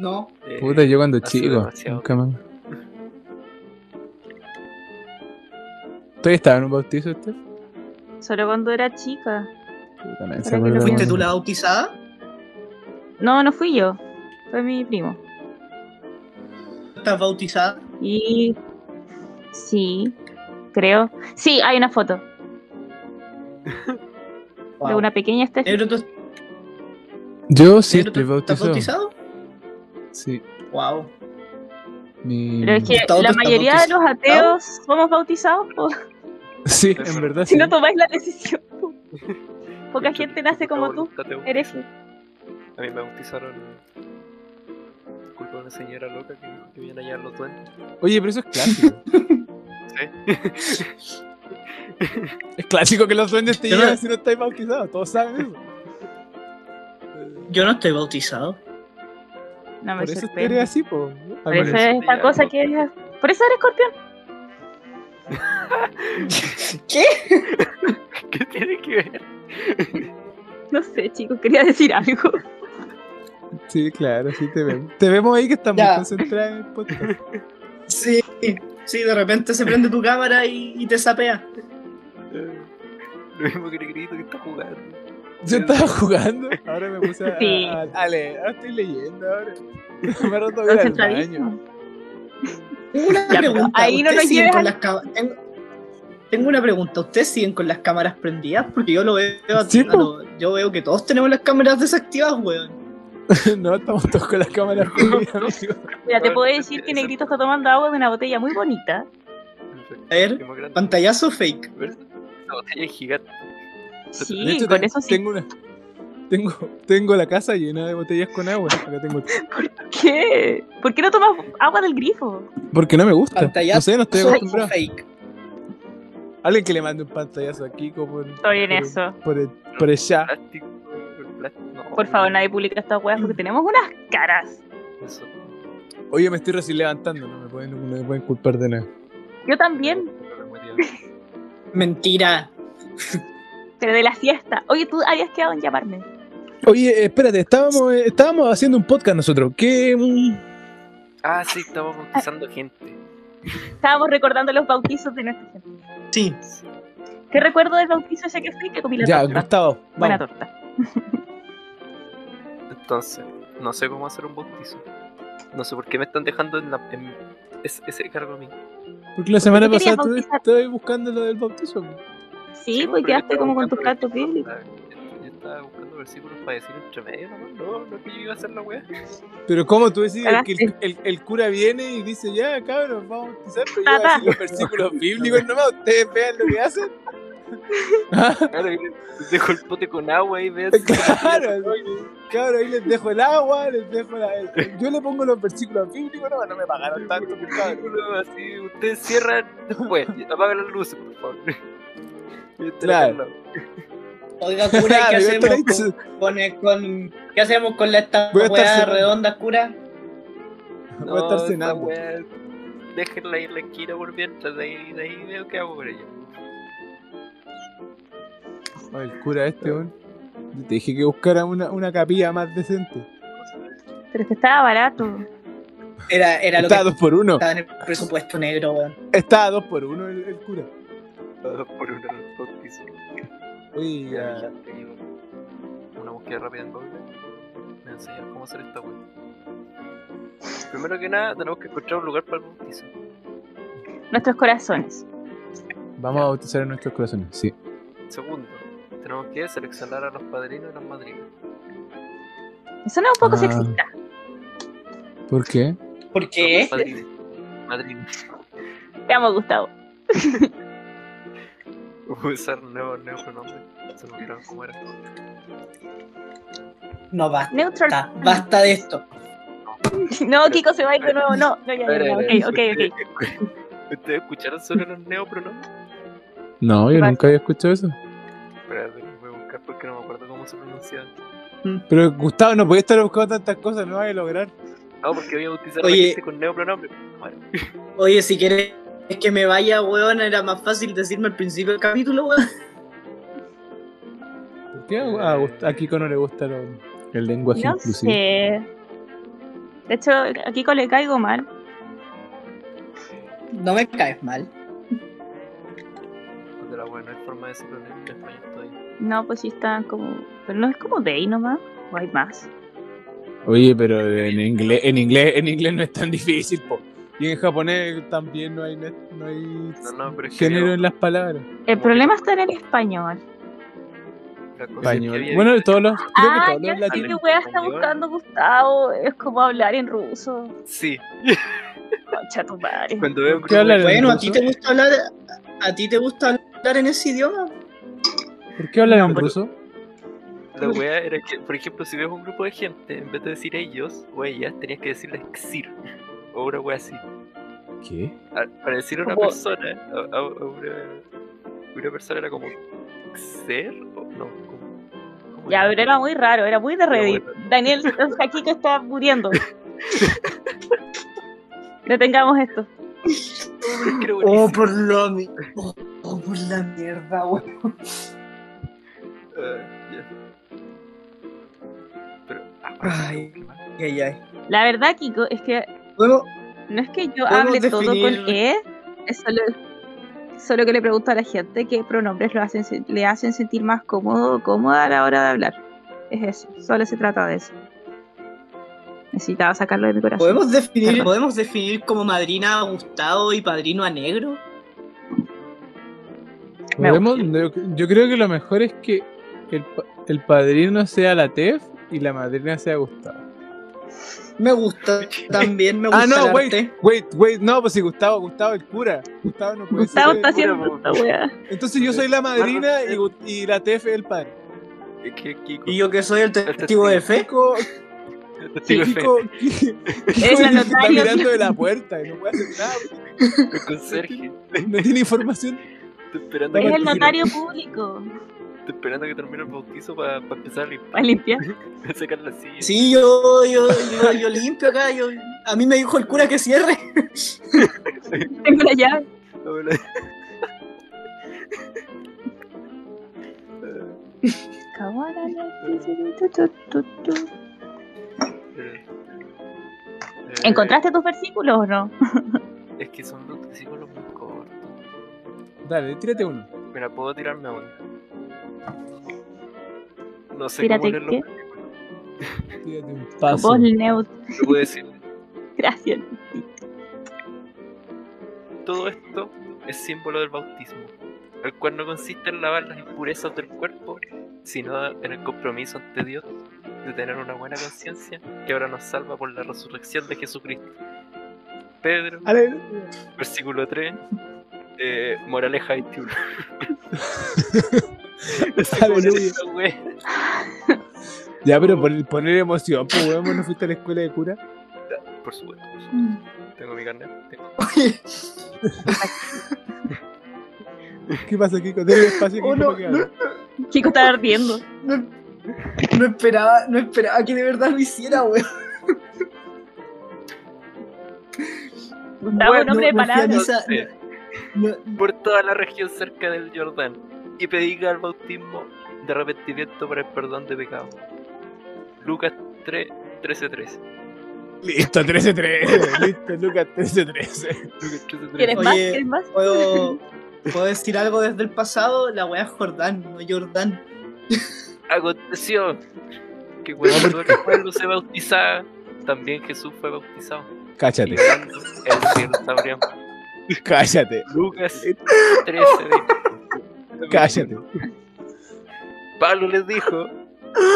No.
Eh,
puta, yo cuando
hace
chico.
demasiado.
Nunca más. ¿Tú estabas en un bautizo, este?
Solo cuando era chica.
Puta, nadie se
Pero
acuerda.
que
¿Fuiste
no.
tú la bautizada?
No, no fui yo. Fue mi primo.
¿Estás bautizada?
Y. Sí, creo. Sí, hay una foto de
Wow.
una pequeña Steffi.
Negro, ¿tú,
Yo sí
negro, tú
estoy
¿Estás
bautizado.
bautizado?
Sí.
Wow.
Mi...
Pero es que
Gustavo,
la
¿tú estás
mayoría de los
bautizado?
ateos somos bautizados po,
Sí, en verdad
si
Ah, sí.
no tomáis la decisión. Poca
Mucho
gente
tiempo,
nace
poca
como tú,
voluntad de bautizar.
hereje.
A mí me bautizaron culpa de una señora loca que dijo que iban a llegar los duendes.
Oye, pero eso es clásico.
Sí.
es clásico que los duendes te
Yo no-
llevan si no estáis bautizados. Todos saben eso.
Yo no estoy bautizado.
No Ah, me
Por eso
sorprende.
eres así, po.
Por
Álvarez.
eso es esta
Ya,
cosa
no.
que eres. Por eso eres escorpión.
¿Qué?
¿Qué tiene que ver?
No sé, chicos, quería decir algo.
Sí, claro, sí te vemos. Te vemos ahí que estás muy
Ya.
concentrada en el podcast.
Sí, sí, de repente se prende tu cámara y, y te sapea.
Eh, Lo mismo que el grito que está jugando.
Yo estaba jugando, ahora me puse a,
Sí.
a- a leer. Ahora estoy leyendo, ahora. Me he roto el baño.
Concentradísimo.
Tengo una
Ya, pero
pregunta.
ahí no
¿ustedes
nos
siguen
lleves
con
al-
las cama- tengo, tengo una pregunta. ¿Ustedes siguen con las cámaras prendidas? Porque yo lo veo. a-
Sí,
a lo- yo veo que todos tenemos las cámaras desactivadas, weón.
No, estamos todos con las cámaras prendidas, amigo.
Mira, te
Bueno,
puedo
no
decir que
entiendo.
Negrito está tomando agua de una botella muy bonita.
A ver,
Más grande.
pantallazo fake.
Esa botella es gigante.
Sí,
De hecho,
con
ten-
eso sí.
tengo una. Tengo, tengo la casa llena de botellas con agua. Acá tengo-
¿Qué? ¿Por qué no tomas agua del grifo?
Porque no me gusta.
Pantallazo
No sé, no estoy acostumbrado.
fake.
Alguien que le mande un pantallazo a Kiko por,
Estoy en
Pero-
eso.
por, el, por el ya.
Plástico, el plástico. no,
Por favor, nadie publica estas weas porque tenemos unas caras.
Eso.
Oye, me estoy recién levantando, no me pueden, no me pueden culpar de nada.
Yo también,
Mentira.
pero de la fiesta. Oye, tú habías quedado en llamarme.
Oye, espérate, estábamos, eh, estábamos haciendo un podcast nosotros. ¿Qué? mm,
Ah, sí, estamos bautizando gente.
Estábamos recordando los bautizos de nuestra gente.
Sí.
Sí.
¿Qué recuerdo del bautizo ese que fui que comí la
Ya,
torta?
Gustavo.
Buena
vamos.
torta.
Entonces, no sé cómo hacer un bautizo. No sé por qué me están dejando en, la- en ese, ese cargo a mí.
Porque la semana
¿Por qué
pasada
querías
tú
bautizar?
estoy buscando lo del bautizo.
Sí,
porque
pues quedaste como con tus cantos bíblicos.
Yo estaba buscando versículos para decir entre medio, no, no, no, que yo iba a hacer la wea.
Pero ¿cómo tú decides que
Cagaste.
el, el- el cura viene y dice, ya, cabros, vamos a bautizar, pero yo voy a
Papá.
decir los versículos bíblicos nomás, ustedes vean lo que hacen? Ah,
Claro, y les dejo el pote con agua y veas.
claro, cabros, ahí les dejo el agua, les dejo la... el- yo le pongo los versículos bíblicos, no, no me pagaron tanto, pues, cabros.
Versículo Así, ustedes cierran después. Apagan las luces, por favor. Yo estoy
Claro.
acá al lado.
Oiga, cura, ¿qué
Claro, yo
hacemos
estoy ahí,
con,
sí.
con el- con- ¿qué hacemos con la esta
Voy a estar
weá
cerrando.
redonda, cura?
Voy a estar
esa
cenando.
wea, Déjenla ir la esquina por mientras, de ahí, de ahí veo qué hago con ella.
Ay, el cura este, weón. Yo Te dije que buscara una, una capilla más decente.
Pero es que estaba barato.
Era, era lo
Estaba
que
dos por uno.
estaba en el presupuesto negro, weón.
Estaba dos por uno el, el cura.
Todo Por una bautizo. Ya,
Oye, ya.
ya, te digo. Una búsqueda rápida en Google. Me va a enseñar cómo hacer esta web. Primero que nada, tenemos que encontrar un lugar para el bautizo.
Nuestros corazones.
vamos a bautizar en nuestros corazones, sí.
Segundo, tenemos que seleccionar a los padrinos y las madrinas.
Suena un poco
Ah.
sexista.
¿Por qué?
¿Por qué?
Madrid. Madrid.
Te amo, Gustavo.
Usar nuevo, nuevo pronombre. Se me olvidaron cómo era.
No basta.
Neutral.
Basta de esto.
No, Kiko se va a ir de nuevo. No, no, ya, ya, ya. Ok, ok, ok.
ok. ¿Ustedes escucharon sobre los neopronombres?
No, yo
Vale.
nunca había escuchado eso.
Espera, los voy a buscar porque no me acuerdo cómo se pronunciaban.
Pero Gustavo, no podía estar buscando tantas cosas, no vas a lograr.
No, porque voy a bautizar a la
Oye.
gente con neopronombre. Bueno,
Oye, si quieres que me vaya, weón, era más fácil decirme al principio del capítulo, weón.
¿Por qué a, Gust- a Kiko no le gusta lo- el lenguaje
No
inclusivo?
sé. De hecho, a Kiko le caigo mal.
No me caes mal.
de la buena, no hay forma de decirlo en en español todavía.
No, pues sí está como. Pero no es como de ahí nomás. O hay más.
Oye, pero en inglés, en inglés, en inglés no es tan difícil, po. Y en japonés también no hay, net- no hay
No, no, pero es que
género
yo-
en las palabras.
El problema está en el español.
La cosa es que
Español.
había-
Bueno, todos los, creo
ah,
que todos
ya
los
sé
latinos.
qué wea está buscando Gustavo. Es como hablar en ruso.
Sí,
Concha tu madre.
cuando veo un
¿Qué hablan en
Bueno, a
ruso?
ti te gusta hablar. A ti te gusta hablar en ese idioma.
¿Por qué hablan en
pero-
ruso?
La wea era que, por ejemplo, si ves un grupo de gente, en vez de decir ellos o ellas, tenías que decirles xir o una wea así.
¿Qué?
A- Ah, para decir a una
Como-
persona, a, a- a una, una persona era como ser o no. Como, ¿cómo
Ya, pero era muy raro, era muy de
Era muy
Reddit. Daniel, o sea, Kiko está muriendo. Detengamos esto.
Pero es que era
Oh,
buenísimo.
por lo mi- oh, oh, por la mierda, weón.
Ah, ya. Pero, ah,
Ay. Ay, ay.
La verdad, Kiko, es que
Bueno,
no es que yo
Podemos
hable todo con E,
definir-
es solo, solo que le pregunto a la gente qué pronombres lo hacen, se- le hacen sentir más cómodo o cómoda a la hora de hablar. Es eso, solo se trata de eso. Necesitaba sacarlo de mi corazón.
¿podemos definir,
Perdón.
¿podemos definir como madrina a Gustavo y padrino a negro?
Me
Podemos- yo, yo creo que lo mejor es que el, pa- el padrino sea la TEF y la madrina sea Gustavo.
Me gusta también, me gusta
Ah, no,
el
güey.
arte.
Wait, wait, no, pues si Gustavo, Gustavo el cura. Gustavo no puede
Gustavo
ser.
está haciendo
Pura
esta wea.
Entonces yo soy la madrina y, Gu- y la TEF es el padre.
Es que Kiko.
Y yo que soy Este el testigo de fe.
Kiko,
Kiko es
Kiko, Kiko, Kiko
la
está
notaria.
mirando de la puerta y no puede hacer nada.
fe, el conserje.
No tiene información.
Estoy esperando,
Pero
Es
que
el
mira.
notario público.
estoy esperando que termine el bautizo para empezar a limpiar.
¿Va a limpiar?
sacar la silla.
Sí, yo, yo, yo, yo limpio acá. Yo, a mí me dijo el cura que cierre.
Tengo la llave.
Hola.
Kawara no quise- tu, tu, tu, tu. ¿Encontraste tus versículos o no?
Eh, Es que son los versículos muy cortos.
Dale, tírate uno.
Mira, puedo tirarme a una. No sé
Tírate,
cómo leerlo.
¿qué?
Tírate un paso.
Vos, Neut.
Yo puedo decir,
Gracias.
todo esto es símbolo del bautismo, el cual no consiste en lavar las impurezas del cuerpo, sino en el compromiso ante Dios de tener una buena conciencia que ahora nos salva por la resurrección de Jesucristo. Pedro,
Ale-
versículo 3, eh, moraleja 21.
Aleluya. Ya, pero poner, poner emoción, pues weón, no fuiste a la escuela de cura.
Por supuesto, por supuesto. Tengo mi carnet. tengo-
¿Qué pasa, Kiko? Dale espacio, Kiko,
Oh, no,
para que hable.
Kiko está ardiendo.
No, no esperaba, no esperaba que de verdad lo hiciera, weón.
Gustavo,
Bueno,
nombre de
no fui a
palabra.
misa.
Sí.
No,
por toda la región cerca del Jordán y predica el bautismo de arrepentimiento para el perdón de pecados. Lucas 3, 13, 13.
Listo, 13-13. Listo, Lucas, 13-13.
Lucas 13,
¿Quieres más?
Oye.
¿Quieres más?
¿Puedo, ¿Puedo decir algo desde el pasado? La weá es Jordán, no Jordán.
Aconteció que cuando todo el pueblo se bautizaba, también Jesús fue bautizado. Y
Cáchate,
llorando, el cielo se abrió.
cállate,
Lucas 13, 20.
cállate.
Pablo les dijo: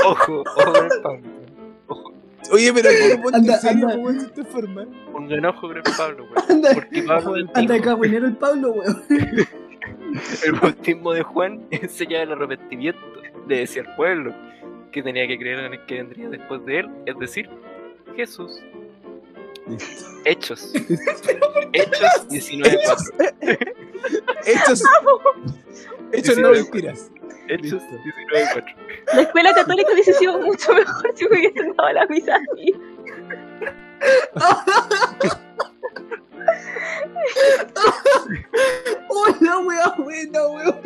Ojo, ojo con el Pablo.
Oye, pero ¿cómo ponte
Anda,
en serio? pues,
anda.
¿Cómo es esta forma?
Pongan ojo con el Pablo, weón.
Anda,
Porque Pablo, el,
anda acá, weonero el Pablo, weón.
el bautismo de Juan enseñaba el arrepentimiento. Le decía al pueblo que tenía que creer en el que vendría después de él, es decir, Jesús. Hechos. Hechos 19.4.
Hechos. Hechos no
Diecinueve.
mentiras.
Hechos
Listo.
19.4.
La escuela católica hubiese sido mucho mejor si hubiesen dado la misa así.
Oh, la wea buena, weón.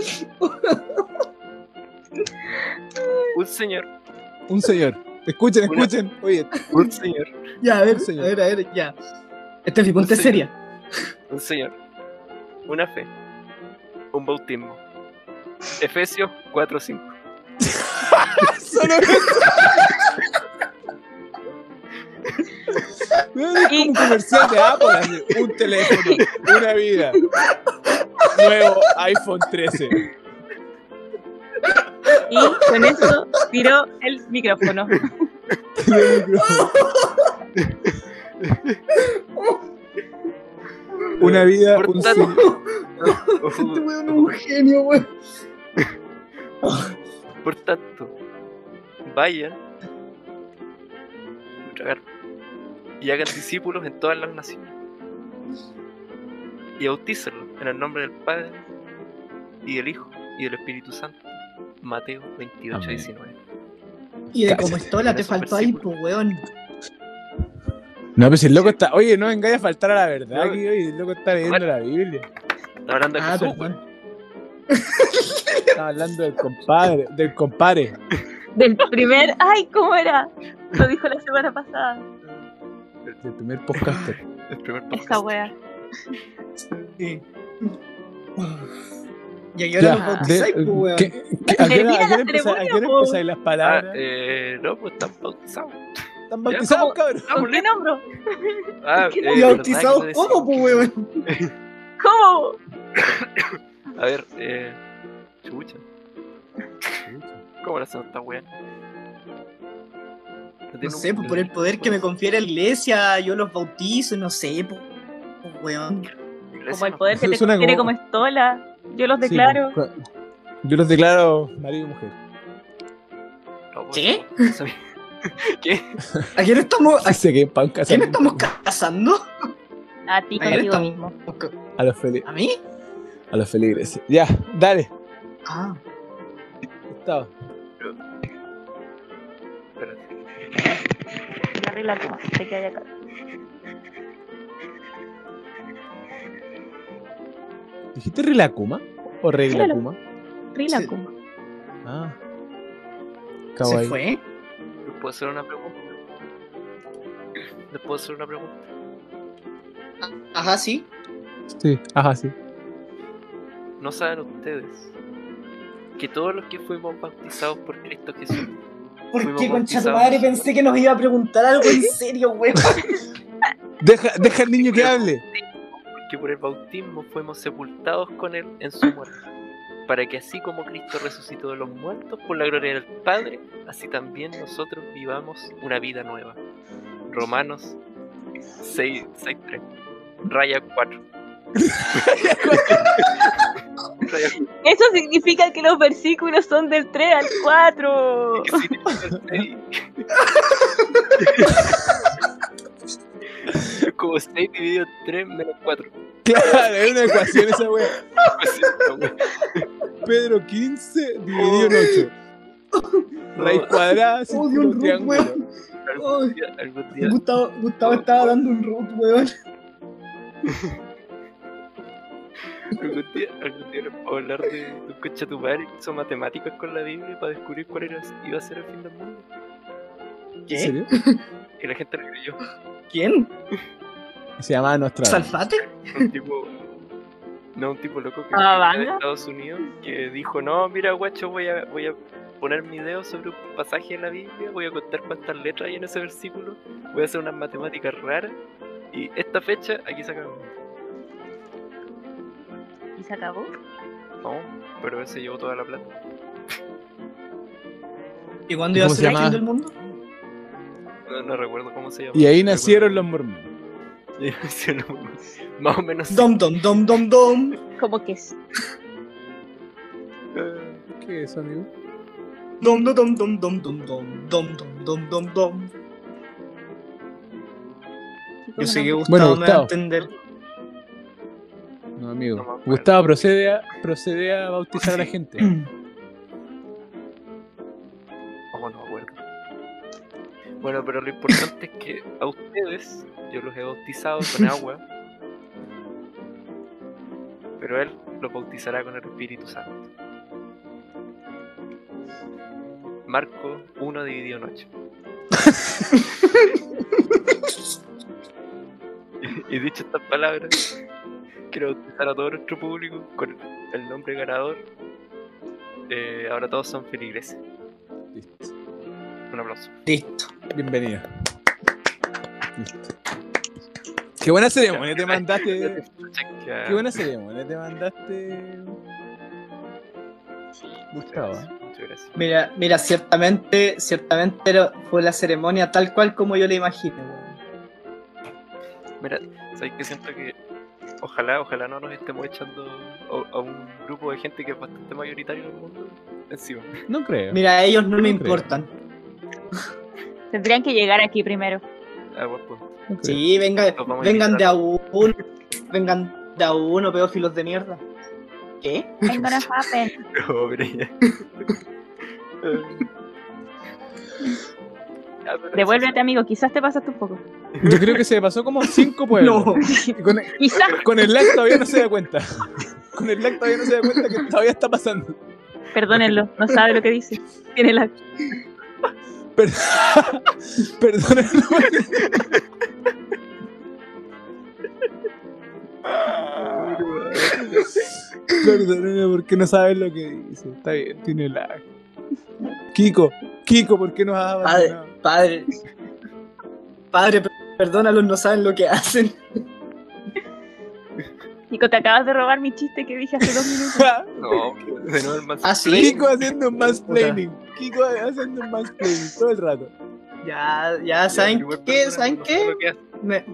Un señor,
Un señor. Escuchen,
Una-
escuchen. Oye,
un señor,
Ya, a ver,
Señor.
a ver, a ver, ya. Estefi, ponte
Sí.
seria.
un señor. Una fe. Un bautismo. Efesios 4.5.
solo eso. Es como un comercial de Apple, así, un teléfono, una vida. Nuevo iPhone 13.
Y con eso tiró el micrófono.
Una vida, un
Portátil.
sueño.
uh,
Este weón es un genio, weón.
Por tanto, vayan tragar, y hagan discípulos en todas las naciones y bautícenlos en el nombre del Padre y del Hijo y del Espíritu Santo. Mateo 28,
Amén.
19.
Y de
Cállate.
como estola te
Eres un
faltó ahí,
versículo.
pues, weón.
No, pero si el loco está. Oye, no vengáis a faltar a la verdad
No.
aquí, oye. El loco está leyendo la Biblia.
Está hablando de
Ah,
Jesús,
perdón.
Está hablando del compadre. Del compadre.
Del primer. ¡Ay, cómo era! Lo dijo la semana pasada.
Del primer podcaster.
el primer
Esa
podcast.
wea.
Sí. Y ahí ahora
Ya,
los bautizáis,
de- eh,
pues, weón.
¿qué- qué- ¿A qué hora- a
Termina
qué hora
la
empeza- a qué hora
ceremonia,
pues,
po.
empezáis las
Ah,
palabras?
eh, pues, no, pues están bautizados.
Están
como-
bautizados, cabrón.
¿Con qué nombro?
Ah,
¿Qué
eh,
no-
¿Y
¿verdad
bautizados
que no
cómo, pues, weón?
¿Cómo?
decía? A ver, eh, chucha, ¿cómo la hacemos esta wea?
No sé, pues, por el poder que me confiere la iglesia, yo los bautizo, no sé, pues, pues, weón.
Como el poder que te
Suena
confiere
como-
como estola. Yo los
Sí,
declaro.
pues, Yo los declaro marido y mujer.
No, pues,
¿Qué?
no sabía. ¿Qué?
¿A quién estamos, a
Así que pan casa.
quién estamos casando?
A ti
¿A quién
contigo
estamos?
mismo.
A los, feli-
¿A mí?
a los feligreses. Ya, dale.
Ah.
Gustavo.
Espérate.
La regla como te quedas acá.
¿Dijiste Relacuma? ¿O Reglacuma?
Regla
Sí.
como.
Ah.
¿Se
Kawaii.
fue?
¿Les puedo hacer una pregunta? ¿Les puedo hacer una pregunta?
Ajá, sí.
Sí, ajá, sí.
¿No saben ustedes que todos los que fuimos bautizados por Cristo Jesús
¿Por
Fuimos
qué, concha tu
bautizados.
madre, pensé que nos iba a preguntar algo en serio, weón?
Deja, deja al niño que hable.
que por el bautismo fuimos sepultados con Él en su muerte, para que así como Cristo resucitó de los muertos por la gloria del Padre, así también nosotros vivamos una vida nueva. Romanos 6, 3, raya 4. Raya
Eso significa que los versículos son del 3 al 4.
¿Qué significa el seis? Es Como 6 dividido en 3 menos Pues 4.
Claro, es una ecuación esa wea. Pedro 15 dividido en 8. Raíz cuadrada,
Odio
círculo,
un root,
triángulo.
weón.
Algún día, algún día.
Gustavo, Gustavo estaba dando un root, weón.
Algún día, algún día nos vamos a hablar de, de un coche a tu madre que hizo matemáticas con la Biblia para descubrir cuál era, iba a ser el fin del mundo.
¿En
¿Qué?
serio?
Y la gente lo creyó.
¿Quién?
Se llamaba Nostradamus.
¿Salfate?
Un tipo. No, un tipo loco que
Ah,
venía de
¿vanga?
Estados Unidos que dijo: No, mira, guacho, voy a, voy a poner mi dedo sobre un pasaje de la Biblia, voy a contar cuántas letras hay en ese versículo, voy a hacer unas matemáticas raras. Y esta fecha, aquí se acabó.
Y se acabó.
No, pero él se llevó toda la plata.
¿Y cuándo iba a
¿Cómo
ser
se
el
llama?
fin del mundo?
No, no recuerdo cómo se llama.
Y ahí
Recuerdo-
nacieron los mormones.
Y ahí nacieron los- Más o menos.
Dom, dom, dom, dom, dom.
Como que sí.
Eh,
¿Qué es eso, amigo?
Dom, dom, dom, dom, dom, dom, dom, dom, dom, dom, dom, dom. Yo sé que Gustavo,
Bueno,
me va
Gustavo.
a entender.
No, amigo.
No me acuerdo.
Gustavo, procede a, procede a bautizar a la gente.
Oh, no me acuerdo. Bueno, pero lo importante es que a ustedes yo los he bautizado con agua. Pero él los bautizará con el Espíritu Santo. Marco 1 dividido en 8. y dicho estas palabras, quiero bautizar a todo nuestro público con el nombre ganador. Eh, ahora todos son feligreses.
Listo.
Un aplauso.
Listo.
Bienvenido. Listo. Qué buena ceremonia te mandaste. Qué
Qué
buena ceremonia te mandaste. Gustavo.
¿eh? Muchas gracias.
Mira, mira, ciertamente, ciertamente era- fue la ceremonia tal cual como yo la imaginé, weón.
Mira, sabes que siento que ojalá, ojalá no nos estemos echando a, a un grupo de gente que es bastante mayoritario en el mundo encima.
No creo.
Mira, ellos no me
No creo.
importan.
Tendrían que llegar aquí primero.
A buen punto.
no creo.
Sí, venga,
Los vamos a
vengan de
invitar.
a uno, vengan de a uno, pedófilos de mierda. ¿Qué?
I'm gonna happen.
No, pero ya. Ya, pero
Devuélvete, amigo. Quizás te pasaste un poco.
Yo creo que se pasó como cinco pueblos.
No.
Y con,
Quizás,
con el lag todavía no se da cuenta. Con el lag todavía no se da cuenta que todavía está pasando.
perdónenlo. No sabe lo que dice. Tiene la.
Per- Perdón. Perdóname porque no sabes lo que dice. Está bien, tiene lag. Kiko, Kiko, ¿por qué nos has
Padre,
abandonado?
padre. Padre, per- perdónalos, no saben lo que hacen.
Nico, te acabas de robar mi chiste que dije hace dos minutos.
No, de nuevo el más.
¿Ah, sí?
Ah, Kiko haciendo mansplaining. Kiko haciendo mansplaining todo el rato.
Ya, ya, ¿saben
Igual,
qué?
perdona,
¿Saben
no sé
qué?
lo que hace.
Me-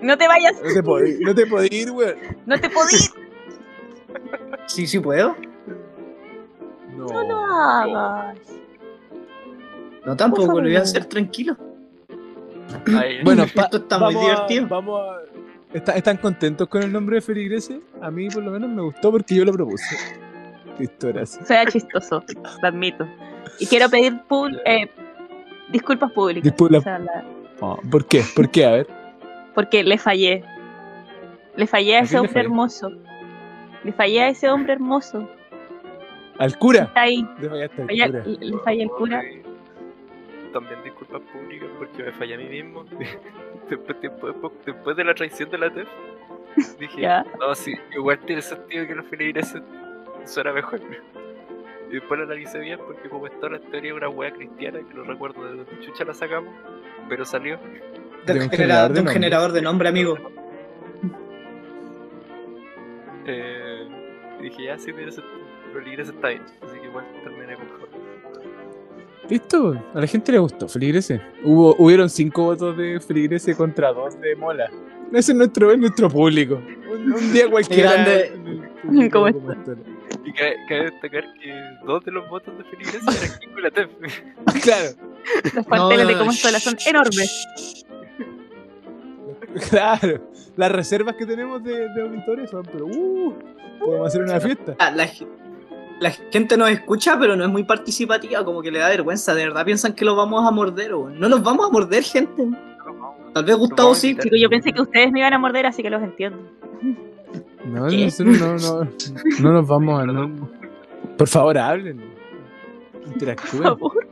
No te vayas.
No te podí, no te podí ir, weón.
No te podí.
Sí, sí puedo.
No.
No lo hagas.
No, tampoco
favor,
lo voy a
no.
hacer tranquilo.
Ay,
Bueno, pa-
Esto está muy
vamos a-
divertido.
vamos a- ¿Está- ¿Están contentos con el nombre de Feligreses? A mí por lo menos me gustó porque yo lo propuse. Listo, gracias.
Sea chistoso. Lo admito. Y quiero pedir pul- eh, disculpas públicas.
Disculpa.
O sea, la-
Oh, ¿Por qué? ¿Por qué? A ver.
porque le fallé. Le fallé a
¿A quién
ese
le
hombre
fallaste?
hermoso. Le fallé a ese hombre hermoso.
Al cura.
Está ahí.
Le fallaste al
Falla-
cura.
le fallé el cura.
También disculpas públicas porque me fallé a mí mismo. después, después- después de la traición de la TEF, dije,
Ya.
no, sí, igual tiene sentido que los feligreses suena mejor. Y después lo analicé bien porque como está la teoría de una wea cristiana, que no recuerdo de dónde chucha la sacamos, pero salió.
De, un genera- de un generador de nombre, amigo.
Eh, y dije, ya sí tiene sentido, feligreses está bien. Así que igual terminé con Jorge.
Listo. A la gente le gustó. Feligreses. Hubo, hubieron cinco votos de Feligreses contra dos de Mola. Ese es nuestro, es nuestro público. Un, un día cualquiera.
Grande.
en el público
¿Cómo
como esto.
Y cabe, cabe destacar que dos de los votos de feligreses eran Kiko y la E TEF.
Claro.
Los cuarteles
No,
de
no, no,
cómo Estola son
shh,
enormes.
Claro. Las reservas que tenemos de, de auditores son, pero uh, podemos hacer una fiesta.
Ah, La, ge- la gente nos escucha, pero no es muy participativa, como que le da vergüenza. De verdad piensan que los vamos a morder, weón. No los vamos a morder, gente. Tal vez Gustavo
vamos a
sí.
invitar.
Chicos, yo pensé que ustedes me iban a morder, así que los entiendo.
No,
¿Qué?
nosotros no, no, no nos vamos a. no- Por favor, hablen.
Por
Interactúen,
favor.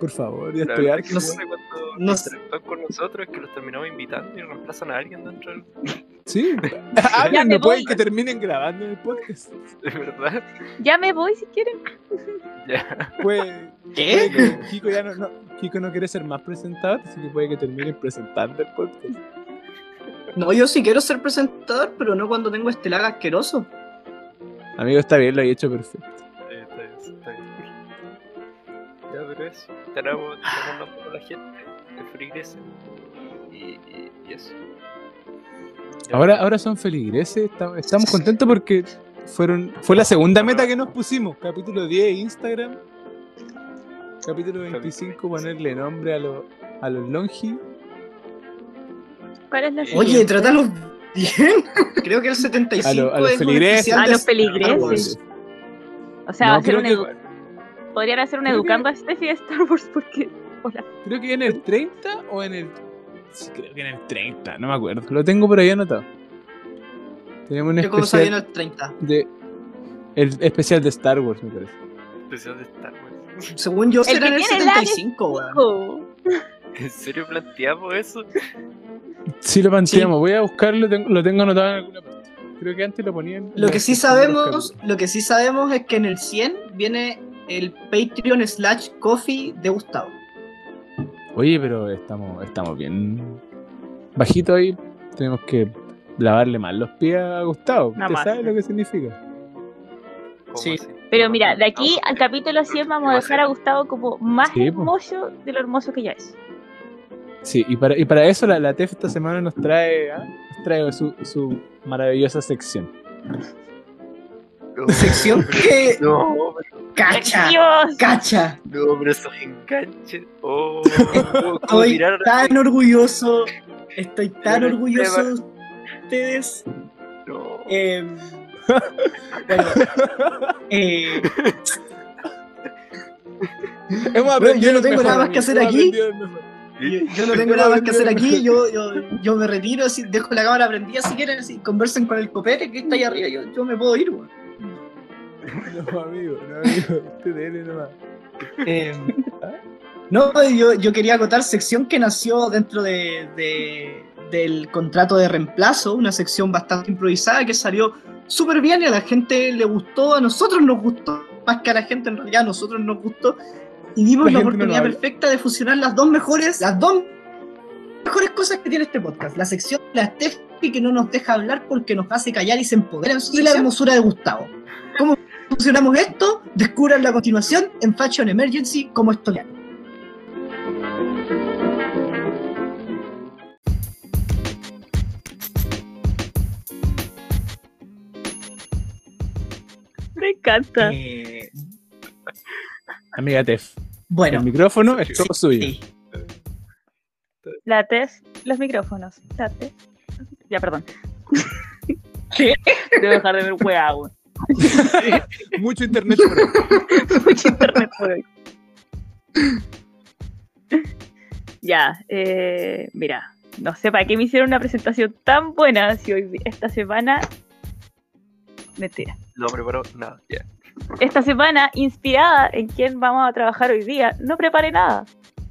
por favor. Ya
La
estoy
verdad es
harto.
que
No
weón.
siempre cuando
no sé.
interactúan con nosotros es que los terminamos invitando y reemplazan a alguien dentro del...
Sí.
Ya
Hablen,
me
no Ah,
voy.
pueden que terminen grabando el podcast.
De verdad,
Ya me voy si quieren.
ya.
Puede, puede
¿Qué?
que Kiko ya no, no, Kiko no quiere ser más presentador, así que puede que terminen presentando el podcast.
No, yo sí quiero ser presentador, pero no cuando tengo este lag asqueroso.
Amigo, está bien, lo he hecho perfecto.
Eh, está bien, está bien. Ya, pero eso. Tenemos, tenemos nombre a la gente. El frigreses. Y, y, y eso. Ya,
Ahora, ahora son feligreses, esta- estamos contentos porque fueron, fue la segunda meta que nos pusimos. Capítulo 10, Instagram. Capítulo 25, ponerle nombre a, los a los longi.
¿Cuál es la
Oye,
siguiente?
Oye,
Oye,
trátalos bien. Creo que el 75
A lo- a los
es un
feligreses.
especial
A
de
los
Star Wars.
feligreses. O sea, va a
No,
ser
creo,
un
que,
edu- podrían hacer un
creo que-
educando a Steffi de Star Wars porque. Hola.
creo que en el 30 o en el. Sí, creo que en el 30, no me acuerdo. Lo tengo por ahí anotado. Tenemos un
¿Qué cosa viene
especial
al 30?
de. El especial de Star Wars, me parece.
Especial de Star Wars.
Según yo,
que
será en el
tiene el
75, weón.
Oh.
¿En serio planteamos eso?
Sí, lo planteamos. Voy a buscarlo, tengo- lo tengo anotado en alguna parte. Creo que antes lo ponían.
Lo que sí sabemos, lo que sí sabemos es que en el 100 viene el Patreon slash coffee de Gustavo.
Oye, pero estamos, estamos bien bajito ahí. Tenemos que lavarle mal los pies a Gustavo.
Nada
¿Usted
más.
sabe lo que significa?
¿Cómo
Sí.
así?
Pero mira, de aquí
No,
al
no,
capítulo 100 vamos a dejar a Gustavo como más
Sí, po.
hermoso de lo hermoso que ya es.
Sí, y para, y para eso la, la TEF esta semana nos trae, ¿ah? nos trae su, su maravillosa sección.
No,
Sección
pero-
que
No,
cacha,
¡Dios!
cacha.
pero- no, pero esos enganches. Oh, como
Estoy
tirar-
tan orgulloso, estoy tan
Pero el
orgulloso
tema-
de ustedes.
No.
Eh, bueno, eh,
Hemos
Bueno, yo no
aprendido
tengo
mejor,
nada más que
amigo,
hacer
hemos
aquí.
aprendido mejor.
yo, yo no tengo nada más que hacer aquí, yo, yo, yo me retiro, así, dejo la cámara prendida si quieren, así, conversen con el copete que está ahí arriba, yo, yo me puedo ir. weón.
No, amigo, no, amigo. Este dele nomás.
Eh, no, yo, yo quería acotar sección que nació dentro de, de- del contrato de reemplazo, una sección bastante improvisada que salió súper bien y a la gente le gustó, a nosotros nos gustó, más que a la gente en realidad a nosotros nos gustó y vimos la,
La gente no nos
oportunidad
habla.
perfecta de fusionar las dos mejores, las dos mejores cosas que tiene este podcast, la sección de la Steffi que no nos deja hablar porque nos hace callar y se empodera en su y la hermosura de Gustavo. ¿Cómo funcionamos esto? Descubran la continuación en Fashion Emergency como esto
Me encanta.
Eh,
Amiga TEF,
bueno,
el micrófono es todo suyo.
sí.
Lates los micrófonos. Lates. Ya, perdón.
¿Qué?
Debo dejar de ver weá, weón.
Mucho internet. pero-
Mucho internet por hoy. Ya, eh, mira, no sé para qué me hicieron una presentación tan buena si hoy, esta semana. Mentira.
No preparó nada, ya.
Esta semana, inspirada en quién vamos a trabajar hoy día, no preparé nada.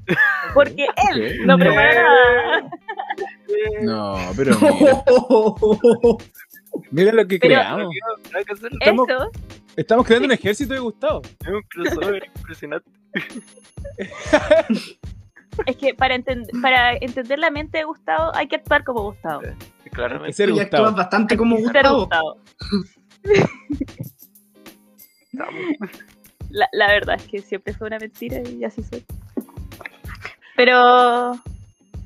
Porque él no
No.
prepara nada.
¿eh? No, pero mira, mira lo que
Pero-
creamos.
No hay que hacerlo.
Estamos-
Eso,
Estamos creando un ejército de Gustavo.
Es
Eh.
un crossover impresionante.
es que para, entend- para entender la mente de Gustavo hay que actuar como Gustavo.
Claramente.
Ser
Tú ya
Gustavo.
actúas bastante como
Ser
Gustavo.
Gustavo.
Estamos.
La, la verdad es que siempre fue una mentira y así soy. Pero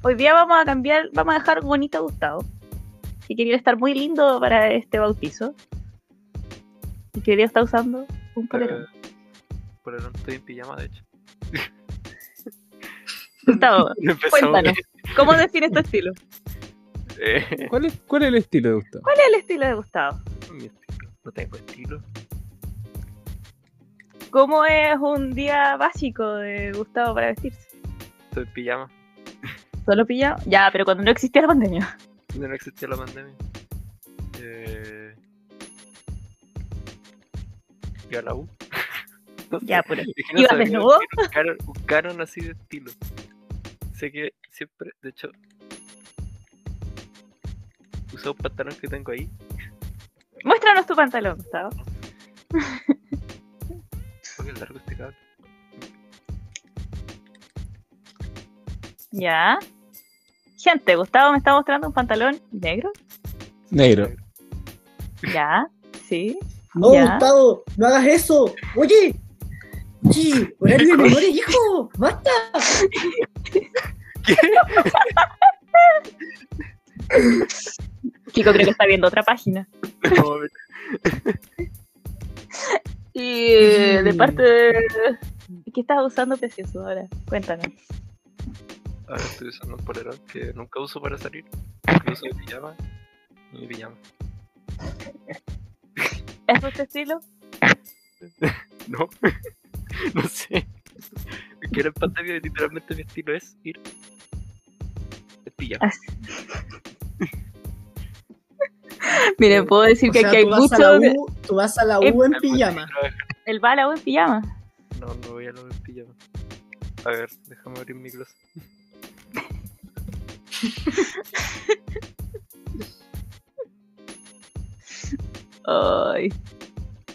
hoy día vamos a cambiar, vamos a dejar bonito a Gustavo. Que quería estar muy lindo para este bautizo. Y que hoy día está usando un polerón.
Eh, Por el estoy en pijama, de hecho.
Gustavo,
Empezamos
cuéntanos, ¿cómo defines tu estilo?
bien. Eh,
¿Cuál es, ¿Cuál es el estilo de Gustavo?
¿Cuál es el estilo de Gustavo?
mi estilo. No tengo estilo.
¿Cómo es un día básico de Gustavo para vestirse?
Estoy en pijama.
¿Solo pillado? Ya, pero cuando no existía la pandemia.
No existía la pandemia. Eh... Yo a la U. No sé.
Ya, pero
Es que no
¿Ibas
sabía
desnudo?
decir Un canon, un canon así de estilo. Sé que siempre, de hecho, uso un pantalón que tengo ahí.
muéstranos tu pantalón, Gustavo.
Porque es largo este cable.
Ya. Gente, Gustavo me está mostrando un pantalón negro.
Negro.
Ya, sí.
No,
Ya.
Gustavo, no hagas eso. Oye, ¡Oye! ¡Horario de menores, hijo! ¡Basta!
Chico, creo que está viendo otra página.
No,
Y eh, de parte de... ¿Qué estás usando precioso ahora? Cuéntanos.
ahora estoy usando un polerón que nunca uso para salir. Porque uso de pijama. Y mi pijama.
¿Es tu estilo?
No. no sé. Es Que era en pandemia y literalmente mi estilo es ir. de pijama.
Mire, puedo decir
O
que
sea,
aquí hay
tú vas a la
mucho. de-
U- tú vas a la
Eh,
U en
Me puse a
pijama.
trabajar.
El bala en pijama.
No, no voy a lo en pijama. A ver, déjame abrir mi closet.
Ay.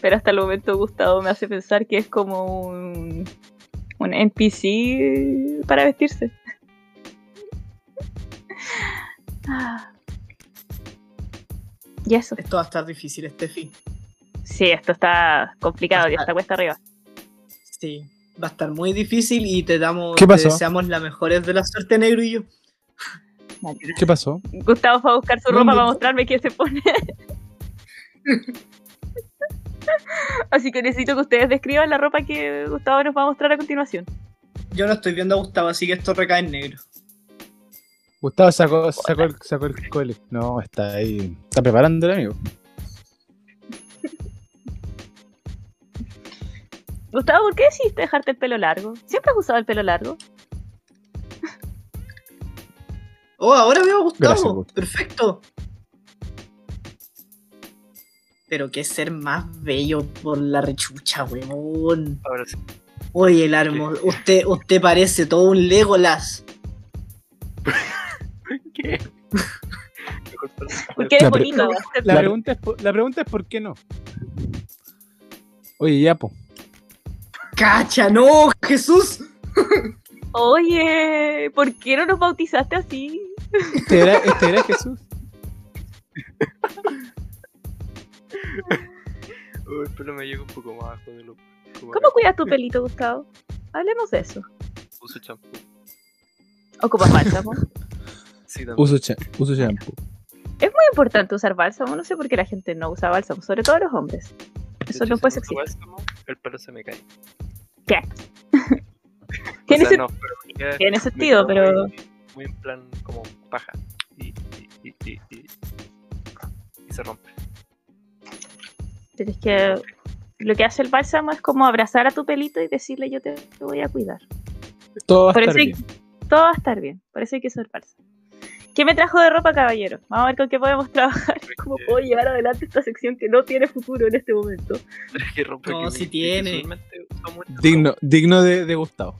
Pero hasta el momento Gustavo me hace pensar que es como un, un NPC para vestirse. Ah. Y eso.
Esto va a estar difícil, Steffi.
Sí, esto está complicado y está cuesta arriba.
Sí. Va a estar muy difícil y te damos,
¿Qué
te
pasó?
deseamos la mejores de la suerte, negro y yo.
¿Qué pasó?
Gustavo fue a buscar su
No,
ropa
no.
para mostrarme qué se pone. Así que necesito que ustedes describan la ropa que Gustavo nos va a mostrar a continuación.
Yo no estoy viendo a Gustavo, así que esto recae en negro.
Gustavo sacó, sacó, el, sacó el cole. No, está ahí. Está preparando el amigo.
Gustavo, ¿por qué decidiste dejarte el pelo largo? ¿Siempre has usado el pelo largo?
Oh, ahora veo a Gustavo.
Gracias, Gustavo.
Perfecto. Pero qué ser más bello por la rechucha, weón.
Ahora sí.
Oye, el armo, usted, usted parece todo un Legolas.
¿Qué? Me cortó el-
Porque eres
La pre-
bonito.
La,
La-
pregunta es, por- la pregunta es: ¿por qué no? Oye, Yapo.
¡Cacha, no! ¡Jesús!
Oye, ¿por qué no nos bautizaste así?
Este era, este era Jesús.
Oh, el pelo me llega un poco más abajo de lo como
¿Cómo
acá.
cuidas tu pelito, Gustavo? Hablemos de eso.
uso champú.
¿Ocupas bálsamo? Muy
Sí, también.
Uso, cha- uso shampoo.
importante usar bálsamo. No sé por qué la gente no usa bálsamo, sobre todo los hombres.
De
Eso
hecho,
no puede
si uso
existir.
bálsamo, El pelo se me cae.
¿Qué?
O
Tiene,
sea,
sen-
no, pero me queda-
tiene
me
sentido,
queda
pero
Muy, muy en plan como paja. Y, y, y, y, y- y se rompe.
pero es que lo que hace el bálsamo es como abrazar a tu pelito y decirle yo te, te voy a cuidar.
Todo va a
Por
estar
eso hay-
bien.
Todo va a estar bien. Parece que eso es el bálsamo. ¿Qué me trajo de ropa, caballero? Vamos a ver con qué podemos trabajar. ¿Cómo
Eh,
puedo llevar adelante esta sección que no tiene futuro en este momento?
que rompe
No,
que
sí
que
tiene.
usualmente uso mucho.
Digno, digno de, de Gustavo.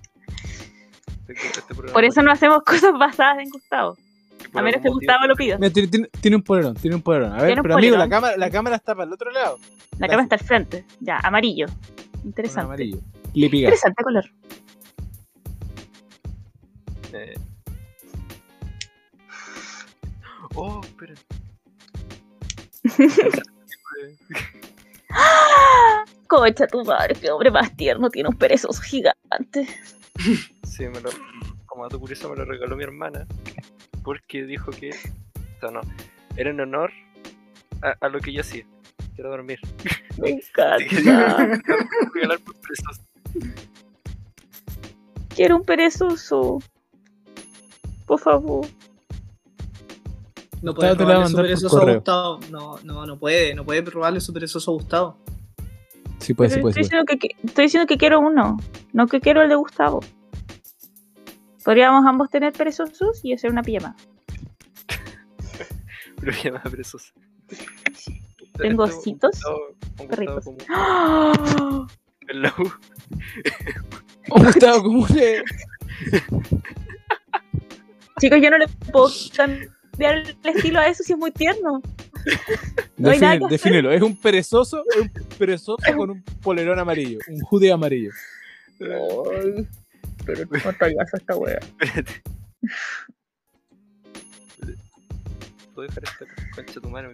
Tengo este problema
Por eso
con-
no hacemos cosas basadas en Gustavo.
que por
A menos
algún
que
motivo-
Gustavo lo pida.
Mira, tiene, tiene- tiene un polerón, tiene un polerón. A ver,
Tiene un
pero amigo, la
polerón.
cámara, la cámara está para el otro lado.
La cama está al frente. Ya, amarillo.
Con
Interesante.
amarillo. Le pica.
Interesante color.
Eh. Oh, espera.
Cocha tu madre, qué hombre más tierno, tiene un perezoso gigante.
Sí, me lo, como dato curioso me lo regaló mi hermana porque dijo que, o sea, no, era en honor a, a lo que yo hacía, que era dormir.
Me
Dije, "Ya,
encanta.
me lo voy a regalar por pesos".
Quiero un perezoso. Por favor.
No puede
Gustavo, te la voy a
robarle
mandar
super
por
esos a
correo.
Gustavo. No, no, no puede. No puede robarle super esos a Gustavo.
Sí, puede, Pues sí,
Pero
puede.
estoy, diciendo que,
sí puede.
que- estoy diciendo que quiero uno, no que quiero el de Gustavo. Podríamos ambos tener perezosos y hacer una pijama.
Pero ya me da perezosa.
Tengo
Esto, un
ositos,
Gustavo- un Gustavo
perritos.
como
¡Ah!
en la U.
Oh, Gustavo, ¿cómo le.?
Chicos, yo no le puedo cambiar el estilo a eso si es muy tierno. No hay nada
Define-
que hacer.
defínelo. Es un perezoso, es un perezoso con un polerón amarillo. Un jude amarillo.
pero no tallazo esta wea.
Espérate. Puedo dejar esta concha de tu mano.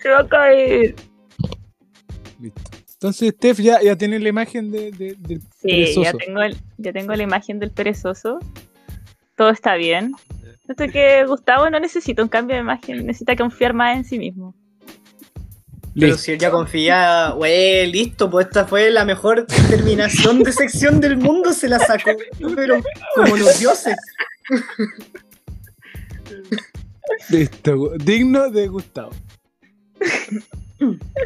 se va a caer.
Listo. Entonces, Steph ya, ya tiene la imagen de, de- del
Sí,
perezoso.
ya tengo, el- ya tengo la imagen del perezoso. Todo está bien. Siento que Gustavo no necesita un cambio de imagen, necesita confiar más en sí mismo.
Listo.
Pero si él ya confía, güey, listo, pues esta fue la mejor terminación de sección del mundo, se la sacó, pero como los dioses.
Listo, gu- digno de Gustavo.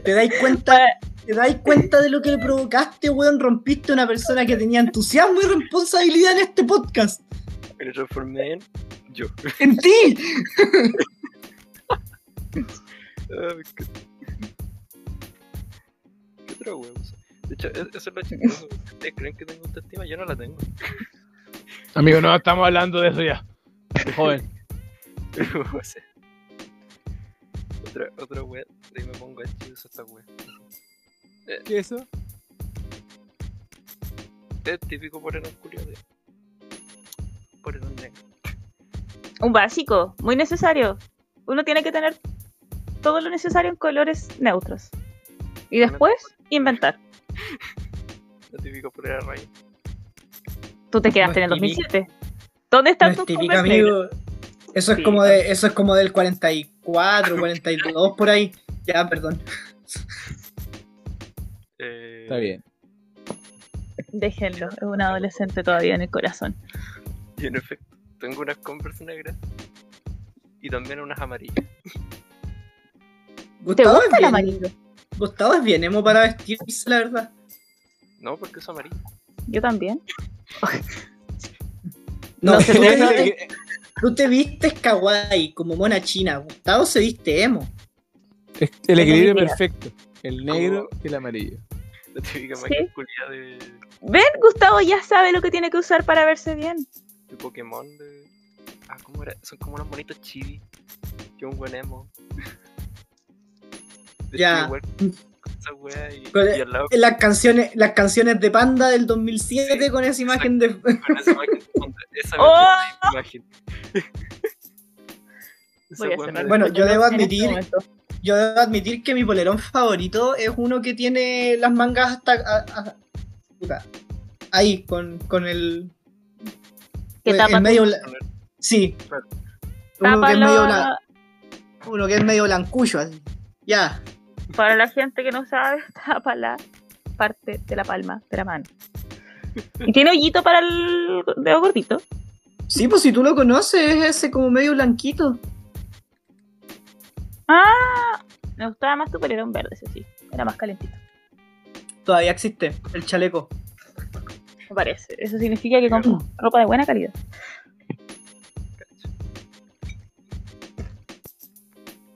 ¿Te dais cuenta? ¿Te dais cuenta de lo que le provocaste, weón? Rompiste una persona que tenía entusiasmo y responsabilidad en este podcast.
Me lo transformé en yo.
¡En ti!
Ah, me encanta. ¿Qué otra hueá uso? De hecho, e- eso es lo chistoso. ¿Ustedes creen que tengo autoestima? Yo no la tengo.
Amigo, no estamos hablando de eso ya. Joven.
Pero, o sea, Otra, otra wea, de ahí me pongo a chido esta wea.
¿Qué es eso?
Es típico por el oscuridad. Por el negro.
Un básico, muy necesario. Uno tiene que tener todo lo necesario en colores neutros. Y después, inventar.
Lo típico por el rayo.
Tú te quedaste en el
No es típico.
2007. ¿Dónde
No
están
es
tus
típico,
Converse negros?
amigo. Eso es
Sí.
como de, eso es como del 44, 42 por ahí. Ya, perdón.
Eh,
Está bien.
Déjenlo, es un adolescente todavía en el corazón.
Y en efecto, tengo unas Converse negras y también unas amarillas.
¿Te
Gustavo
gusta
es
el
bien,
amarillo?
Gustavo es bien emo para vestirse, la verdad.
No, porque es amarillo.
Yo también.
No,
No
tú,
se
te
puede
vistes, tú te vistes kawaii como mona china. Gustavo se viste emo.
Es el equilibrio
Mira.
perfecto. El negro y el amarillo.
La típica
Sí.
masculinidad de,
¿Ven? Gustavo ya sabe lo que tiene que usar para verse bien.
de Pokémon. De... Ah, ¿cómo era? Son como unos bonitos chibi. Yo un buen emo. De
Ya. e-
hecho, igual, Esa wea y,
Pero-
y al lado
Las canciones, las canciones de Panda del 2007 con esa imagen de.
con esa imagen. con Esa
¡Oh!
imagen. Esa
Voy a
wea
cerrar
me-
Bueno,
mi
yo debo
teléfono en
admitir-
este momento.
Yo debo admitir que mi polerón favorito es uno que tiene las mangas hasta. a- a- puta, ahí, con, con el.
Que
en
tapa
medio bla- Sí.
Claro.
Uno que, es
Tápalo
medio bla- uno que es medio blancucho, así. Ya.
Para la gente que no sabe, tapa la parte de la palma de la mano. Y tiene hoyito para el dedo gordito.
Sí, pues si tú lo conoces, es ese como medio blanquito.
¡Ah! Me gustaba más tu polerón verde, eso sí. Era más calentito.
Todavía existe, el chaleco.
Me parece. Eso significa que compras ropa de buena calidad.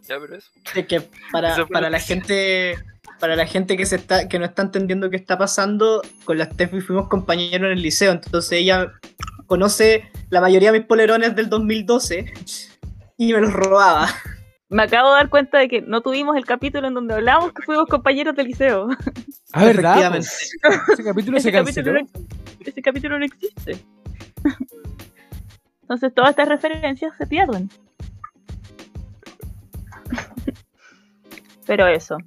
Ya, pero eso.
Es que para,
Eso fue
para
lo
la
que hice.
gente para la gente que se está que no está entendiendo qué está pasando, con la Steffi fuimos compañeros en el liceo, entonces ella conoce la mayoría de mis polerones del 2012 y me los robaba.
Me acabo de dar cuenta de que no tuvimos el capítulo en donde hablábamos que fuimos compañeros del liceo.
Ah, ¿verdad?
Efectivamente.
po? Ese capítulo se
capítulo
canceló.
no, ese capítulo no existe. Entonces todas estas referencias se pierden. Pero eso.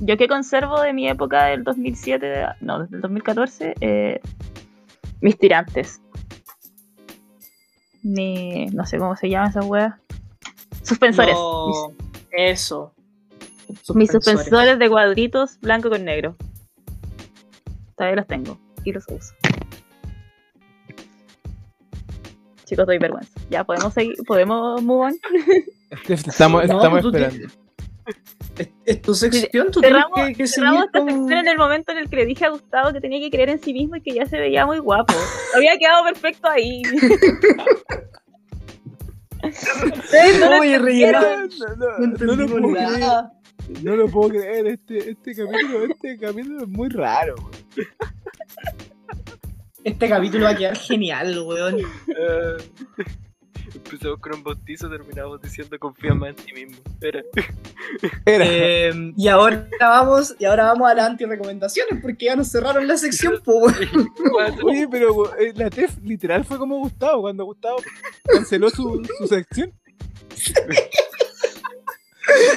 Yo que conservo de mi época del 2007, no, del 2014, eh, mis tirantes. Ni, no sé cómo se llaman esas weas. Suspensores.
No, eso.
Mis suspensores de cuadritos blanco con negro. Todavía los tengo y los uso. Chicos, doy vergüenza. Ya podemos seguir, podemos move on.
Estamos,
No,
estamos
tú
esperando.
Es, es tu sección, tú
Cerramos-
tienes que, que
Cerramos
seguir
esta
como-
sección en el momento en el que le dije a Gustavo que tenía que creer en sí mismo y que ya se veía muy guapo. Había quedado perfecto ahí.
¡Eh,
No lo
oye,
entendieron.
rellenaron!
no,
No entendimos nada.
No lo puedo creer, este, este capítulo, este capítulo es muy raro. güey.
Este capítulo va a quedar genial, weón.
Ah, empezamos con un bautizo, terminamos diciendo confía más en ti mismo. Era.
Era.
Eh, y ahora vamos, y ahora vamos a las antirecomendaciones, porque ya nos cerraron la sección, po, weón.
Oye, pero güey, eh, la TEF literal fue como Gustavo, cuando Gustavo canceló su, su sección.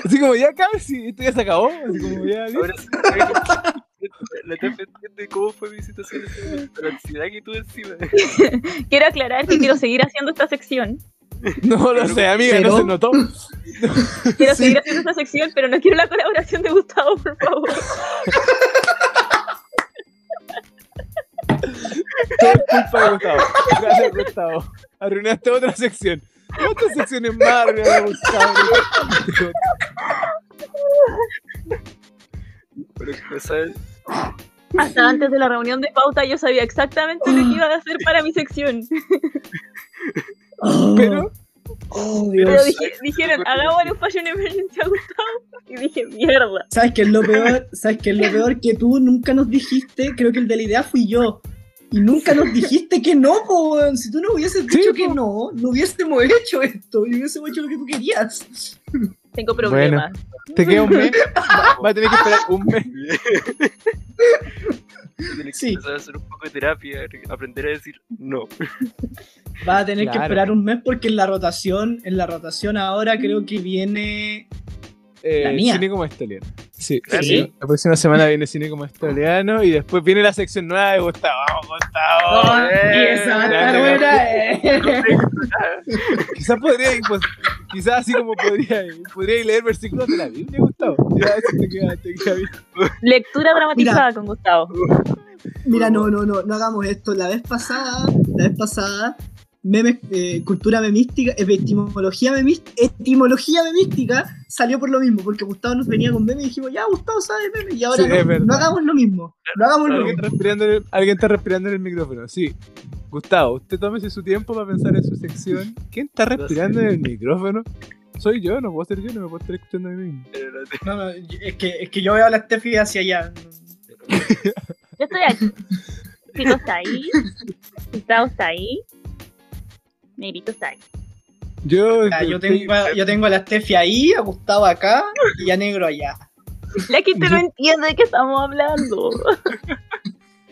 Así como ya casi, esto ya se acabó. Así como ya.
Ahora sí, ahora sí, la Tefe entiende cómo fue mi situación, la ansiedad que tuve encima.
Quiero aclarar que quiero seguir haciendo esta sección.
No lo sé, amiga, no
¿Pero?
se notó.
Quiero
Sí.
seguir haciendo esta sección, pero no quiero la colaboración de Gustavo, por favor.
Todo es culpa de Gustavo. Gracias, Gustavo. Arruinaste otra sección. Otra sección es más arruinada, Gustavo.
Pero ¿sabes?
Hasta antes de la reunión de pauta yo sabía exactamente lo que iba a hacer para mi sección.
Oh,
Pero,
oh,
Pero
Dios.
dije- dijeron, hagámosle un Fashion Emergency a Gustavo. Y dije, mierda.
¿Sabes qué es lo peor? ¿Sabes qué es lo peor? Que tú nunca nos dijiste, creo que el de la idea fui yo. Y nunca nos dijiste que no, po, weón. Si tú no hubieses
Sí,
dicho
po.
que no, no hubiésemos hecho esto y hubiésemos hecho lo que tú querías.
Tengo problemas.
te queda un mes. Va, va a tener que esperar un mes.
Tienes que
Sí.
empezar a hacer un poco de terapia, aprender a decir no.
Vas a tener que
Claro.
esperar un mes porque en la rotación, en la rotación ahora creo que viene.
Eh,
La mía. ¿Ah,
Cine como estaliano. Sí,
Claro.
sí. La próxima semana viene cine como estaliano y después viene la sección nueva de Gustavo. ¡Vamos, Gustavo!
Oh, y
eh,
esa va a estar
grande,
buena, eh.
Quizás podría, pues, quizás así como podría, podría leer versículos de la Biblia, Gustavo. Ya, eso te queda, te queda bien.
Lectura dramatizada con Gustavo.
Mira, no, no, no, no hagamos esto. La vez pasada, la vez pasada, memes, eh, cultura memística, eh, etimología, memis- etimología memística salió por lo mismo, porque Gustavo nos venía con memes y dijimos, ya, Gustavo sabe memes, y ahora
Sí,
no,
es verdad.
no hagamos lo mismo. No hagamos lo
Alguien
mismo.
está, respirando en el, alguien está respirando en el micrófono, sí. Gustavo, usted tómese su tiempo para pensar en su sección. ¿Quién está respirando en el micrófono? Soy yo, no puedo ser yo, no me puedo estar escuchando a mí mismo.
Pero no te-
No, no, es que, es que yo veo a la Steffi hacia allá.
Yo estoy aquí. Pico está ahí. Gustavo está ahí. Negrito está ahí.
Yo,
Ah, Yo
estoy-
tengo, a- yo tengo a la Steffi ahí, a Gustavo acá y a Negro allá.
La gente no entiende de qué estamos hablando.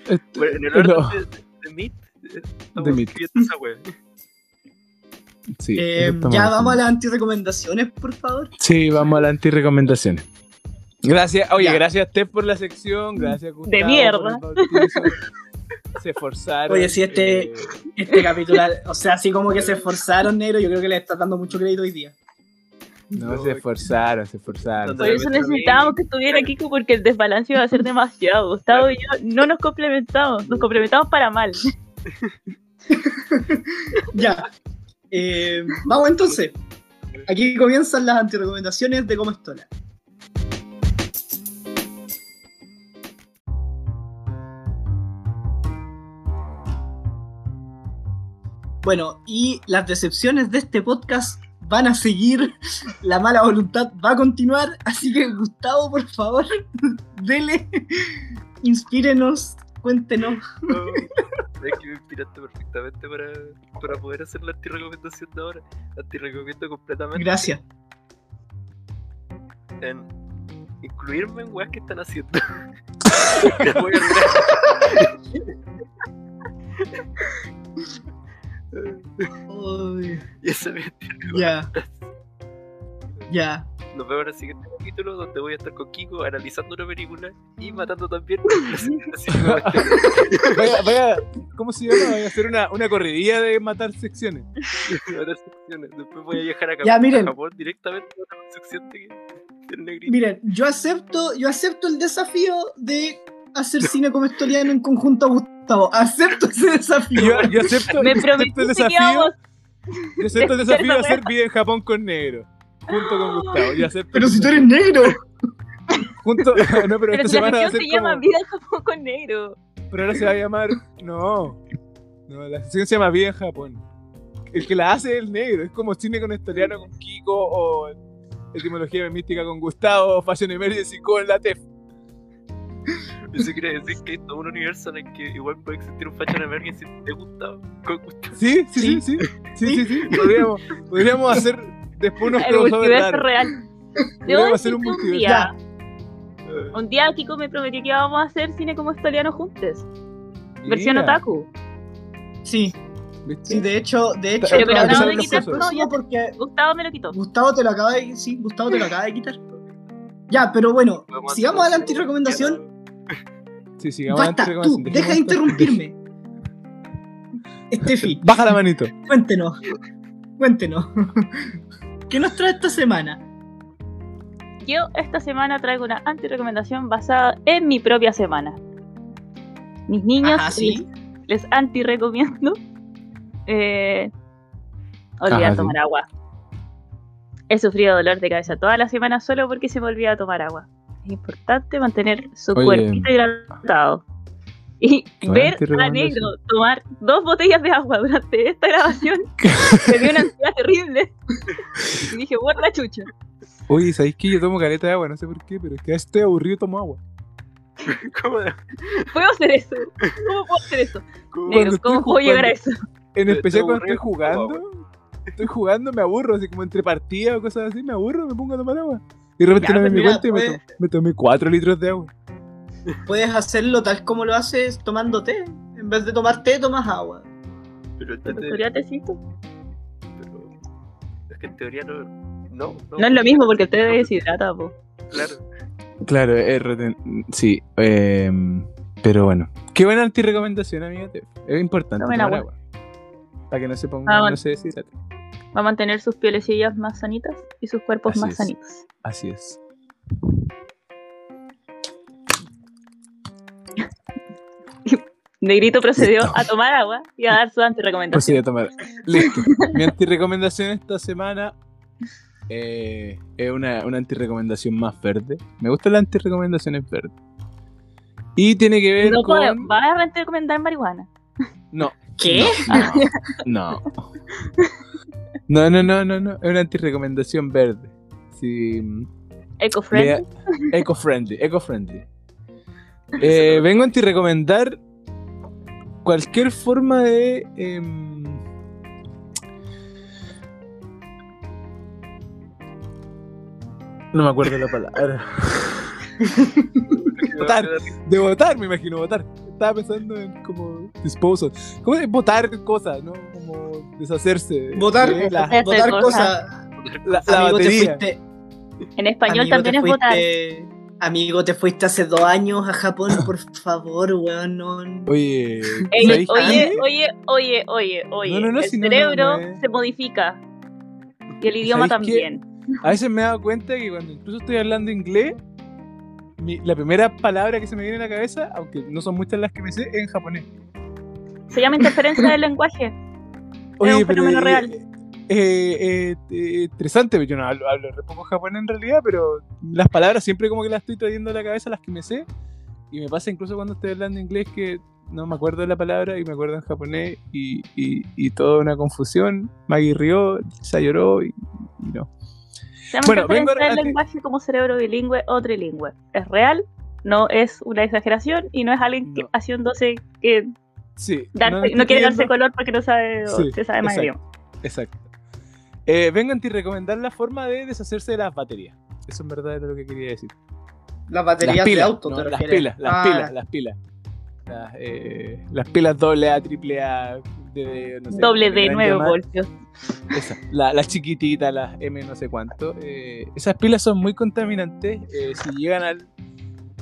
est-
Bueno, en el orden
No.
de, de, de Meet, eh, estamos
De Meet.
escribiendo esa wea.
sí,
Eh,
eso estamos
ya
haciendo.
vamos a las antirecomendaciones, por favor.
Sí, vamos a las antirecomendaciones. Gracias, oye,
Ya.
gracias Tef por la sección, gracias Gustavo. por el
mierda.
bautizo. Se esforzaron.
Oye, sí, este-
eh,
Este capítulo, o sea, así como que se esforzaron, Negro, yo creo que le estás dando mucho crédito hoy día.
no, se esforzaron, se esforzaron.
Por eso necesitábamos que estuviera Kiko porque el desbalance iba a ser demasiado. Gustavo y yo no nos complementamos. Nos complementamos para mal.
Ya. Eh, vamos entonces. Aquí comienzan las antirecomendaciones de cómo estola. Bueno, y las decepciones de este podcast van a seguir, la mala voluntad va a continuar, así que Gustavo, por favor, dele, inspírenos, cuéntenos.
No, Es que me inspiraste perfectamente para, para poder hacer la antirecomendación de ahora. La antirecomiendo completamente
Gracias.
en incluirme en weas que están haciendo. Las voy a arruinar.
Ay,
y esa es mi antirecomendación.
ya, ya.
Nos vemos en el siguiente capítulo donde voy a estar con Kiko analizando una película y matando también. Así que no,
Vaya, vaya, ¿cómo se llama? Voy a hacer una, una corridilla de matar secciones.
ahora secciones. Después voy a viajar a Japón,
Ya, miren.
a Japón directamente a la sección de, del negrito.
Miren, yo acepto, yo acepto el desafío de hacer cine como estoliano en conjunto a Gustavo. Acepto ese desafío.
Yo, yo acepto,
Me
yo acepto el
prometiste que
Este desafío,
íbamos.
yo acepto el
de
desafío de
hacer
hacer video en Japón con negro. Junto con Gustavo. Yo acepto
Pero
el
si tú
desafío.
eres negro.
Junto, no, pero,
Pero
esta
si la
semana va
sección
a ser
se llama
como...
Vida en Japón con Negro.
Pero ahora se va a llamar. No. No, la sección se llama Vida en Japón. El que la hace es el negro. Es como cine con estoliano con Kiko o etimología mística con Gustavo o Fashion Emergency con la TEF.
Eso quiere decir que es todo un universo en el que igual puede existir un Fashion Emergency de Gustavo. Con Gustavo.
Sí, sí, sí, sí. Sí, sí, sí. Podríamos, podríamos hacer después unos
El
crossovers
multiverso
raros.
real. Debo
Podríamos hacer
decir
un
que un
multiverso.
día,
Eh,
un día Kiko me prometió que íbamos a hacer cine como estoliano juntos. Versión
Mira,
otaku.
Sí,
¿viste?
sí, de hecho, de hecho,
Pero
te lo
acabamos
acabo
de
de
quitar
quitar
todo,
todo porque
Gustavo me lo quitó.
Gustavo te lo acaba de, sí, Gustavo te lo acaba de quitar. Ya, pero bueno, sigamos a la antirrecomendación.
Sí, sigamos
Basta,
antes
tú, deja de interrumpirme. Steffi,
Baja la manito.
cuéntenos. Cuéntenos. ¿Qué nos trae esta semana?
Yo esta semana traigo una antirecomendación basada en mi propia semana. Mis niños
Ajá, sí.
les anti-recomiendo. Eh, olvidar
Ajá, sí.
tomar agua. He sufrido dolor de cabeza toda la semana solo porque se me olvida tomar agua. Es importante mantener su
Oye.
cuerpito hidratado. Y
Buena
ver a
antirrecomendación.
negro tomar dos botellas de agua durante esta grabación me dio una ansiedad terrible. Y dije, por la chucha.
Oye, ¿sabéis que yo tomo careta de agua? No sé por qué, pero es que a veces estoy aburrido y tomo agua.
¿Cómo,
¿Puedo hacer eso? ¿Cómo puedo hacer eso?
cómo-
Cuando
Negro,
estoy
¿cómo puedo
jugando-
llegar a eso?
En
Estoy
especial cuando estoy
aburrido, tomo
jugando, estoy jugando, me aburro, así como entre partidas o cosas así, me aburro, me pongo a tomar agua. Y de repente
Ya,
no me
pues
di
mira,
cuenta y me,
pues-
to- me tomé 4 litros de agua.
Puedes hacerlo tal como lo haces tomando té. En vez de tomar té, tomas agua.
Pero, en teoría-
¿Podría tecito?
pero- es que en teoría no. No, no,
No es lo mismo porque el té deshidrata, po.
Claro.
Claro, es reten- sí, em, pero bueno. Qué buena antirecomendación, amiga. te- Es importante
Tomen
tomar
agua.
agua. Para que no se ponga,
Ah, bueno.
no se deshidrate.
Va a mantener sus pielecillas más sanitas y sus cuerpos
Así
más
es.
sanitos.
Así es.
Negrito procedió
Listo.
a tomar agua y a dar su
Pues
antirecomendación.
sí, a tomar. Listo. Mi antirecomendación esta semana eh, es una, una antirecomendación más verde. Me gustan las antirecomendaciones verdes. Y tiene que ver
No
con.
puedo, va a recomendar marihuana.
No.
¿Qué?
No. No, no, no, no, no. no. Es una antirecomendación verde. Sí.
Eco-friendly.
Mira, Eco-friendly, eco-friendly. Eh, vengo a antirrecomendar cualquier forma de. em, no me acuerdo la palabra. Votar. De votar, me imagino, votar. Estaba pensando en como disposal. ¿Cómo es votar cosas, no? Como deshacerse.
Votar,
de la,
Deshacerse
botar
de
cosas.
la- la
Amigo, te
batería.
fuiste.
En español
Amigo,
también
te
es votar.
fuiste- Amigo, te fuiste hace dos años a Japón, por favor, weón. No, no.
Oye,
Ey,
¿sabéis
oye,
qué?
oye, oye, oye, oye.
¿eh? No, no, no,
el
si no, no,
cerebro
no es-
se modifica. Y el idioma
¿Sabéis qué?
también.
A veces me he dado cuenta que cuando incluso estoy hablando inglés, mi- la primera palabra que se me viene a la cabeza, aunque no son muchas las que me sé, es en japonés.
Se llama interferencia del lenguaje. un fenómeno
eh,
real.
eh, eh, eh, interesante, porque yo no hablo, hablo re poco japonés en realidad, pero las palabras siempre como que las estoy trayendo a la cabeza, las que me sé. Y me pasa incluso cuando estoy hablando inglés que no me acuerdo de la palabra y me acuerdo en japonés y, y, y toda una confusión. Maggie rió, se lloró y, y no.
Se llama
Bueno,
interferencia
vengo a-
del
a-
lenguaje como cerebro bilingüe o trilingüe. Es real, no es una exageración y no es alguien que
No.
haciéndose que
Sí.
darse- no,
estoy
quiere
pidiendo-
darse color porque no sabe o
Sí,
se sabe más
exacto.
idioma.
Exacto. Eh, vengo a ti recomendar la forma de deshacerse de las baterías. Eso en verdad era lo que quería decir.
Las
Las
baterías de
pilas,
auto,
no,
te
las
refieres.
pilas, las
Ah,
pilas, las pilas. Las, eh, las pilas doble A, triple A, de, no sé,
Doble
le
de
quieran
9
llamar.
voltios.
Esa, la- las chiquititas, las M no sé cuánto. eh, esas pilas son muy contaminantes. eh, si llegan al,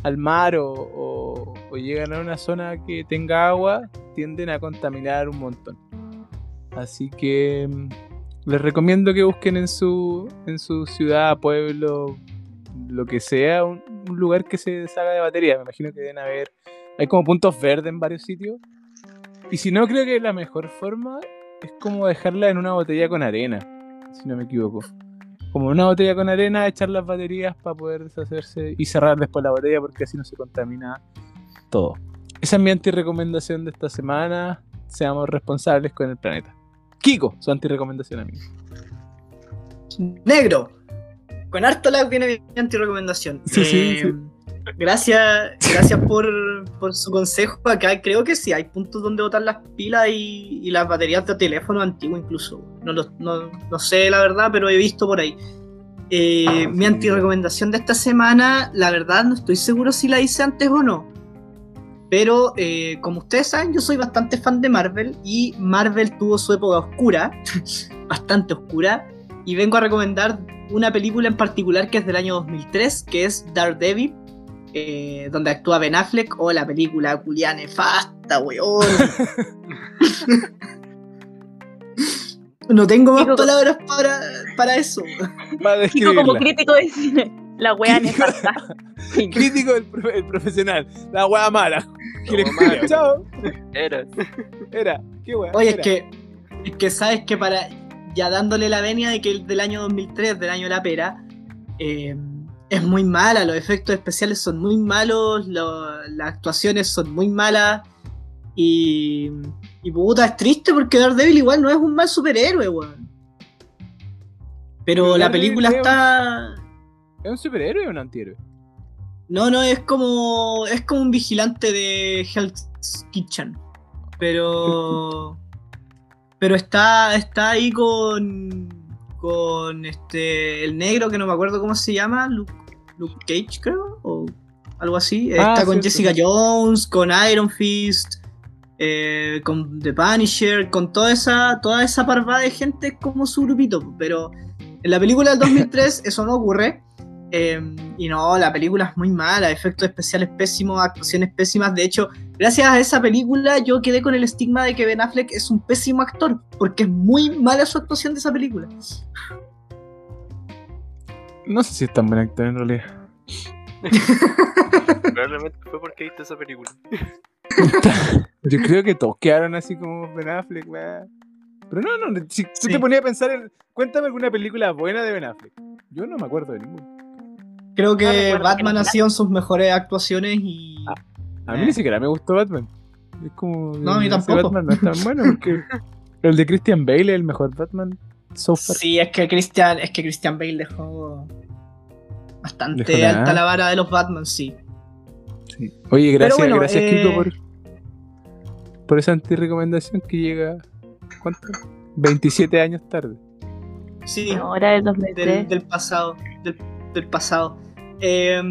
al mar o, o- o llegan a una zona que tenga agua, tienden a contaminar un montón. Así que mm, les recomiendo que busquen en su, en su ciudad, pueblo, lo que sea, un, un lugar que se deshaga de batería. Me imagino que deben haber. Hay como puntos verdes en varios sitios. Y si no, creo que la mejor forma es como dejarla en una botella con arena, si no me equivoco. Como en una botella con arena, echar las baterías para poder deshacerse y cerrar después la botella porque así no se contamina todo. Esa es mi antirecomendación de esta semana. Seamos responsables con el planeta. Kiko, su antirecomendación a mí.
Negro. Con harto lag viene mi antirecomendación.
Sí, sí, sí.
Gracias, gracias por, por su consejo. Acá creo que sí, hay puntos donde botar las pilas y, y las baterías de teléfono antiguo incluso. No, lo- no, no sé la verdad, pero he visto por ahí. Eh, mi antirecomendación de esta semana, la verdad no estoy seguro si la hice antes o no. Pero eh, como ustedes saben, yo soy bastante fan de Marvel y Marvel tuvo su época oscura, bastante oscura, y vengo a recomendar una película en particular que es del año 2003, que es Daredevil, eh, donde actúa Ben Affleck, o la película culia nefasta, weón. no tengo más
Digo-
palabras para, para eso.
Para
Chico
describirla.
como crítico de cine. La wea nefasta. Fin.
Crítico el, profe- el profesional. La weá mala. Que le
Toma,
culiao. Chao.
Era.
Era. Qué weá.
Oye, es
era.
que, es que sabes que para. Ya dándole la venia de que el del año 2003, del año de la pera, eh, es muy mala, los efectos especiales son muy malos, lo- las actuaciones son muy malas. Y. Y puta, es triste porque Daredevil igual no es un mal superhéroe, weón. Pero
Pero
la
Daredevil
película
es un-
está.
¿Es un superhéroe o un antihéroe?
No, no, es como. Es como un vigilante de Hell's Kitchen. Pero. Pero está. está ahí con. con este. el negro que no me acuerdo cómo se llama. Luke, Luke Cage, creo. O algo así.
Ah,
está con
cierto.
Jessica Jones, con Iron Fist. eh, con The Punisher, con toda esa, toda esa parvada de gente es como su grupito, pero en la película del 2003 eso no ocurre. Eh, y no, la película es muy mala, efectos especiales pésimos, actuaciones pésimas. De hecho, gracias a esa película yo quedé con el estigma de que Ben Affleck es un pésimo actor, porque es muy mala su actuación de esa película.
No sé si es tan buen actor en realidad.
Probablemente fue porque viste esa película.
Yo creo que toquearon así como Ben Affleck, weá. Pero no, no, si tú
Sí.
te ponías a pensar en. Cuéntame alguna película buena de Ben Affleck. Yo no me acuerdo de ninguna.
Creo que
No recuerdo que
Batman
no-
ha sido en sus mejores actuaciones y...
Ah. A mí ni siquiera me gustó Batman. Es como.
Eh. No, a mí
ese
tampoco.
Batman no es tan bueno porque. El de Christian Bale es el mejor Batman so far.
Sí, es que Christian, es que Christian Bale dejó bastante
Dejó la-
alta la vara de los Batman, sí.
Sí. Oye, gracias,
bueno,
gracias
eh,
Kiko por, por esa antirrecomendación que llega. ¿Cuánto? 27 años tarde.
Sí.
Ahora del
del,
2003.
del pasado. Del, del pasado. Eh,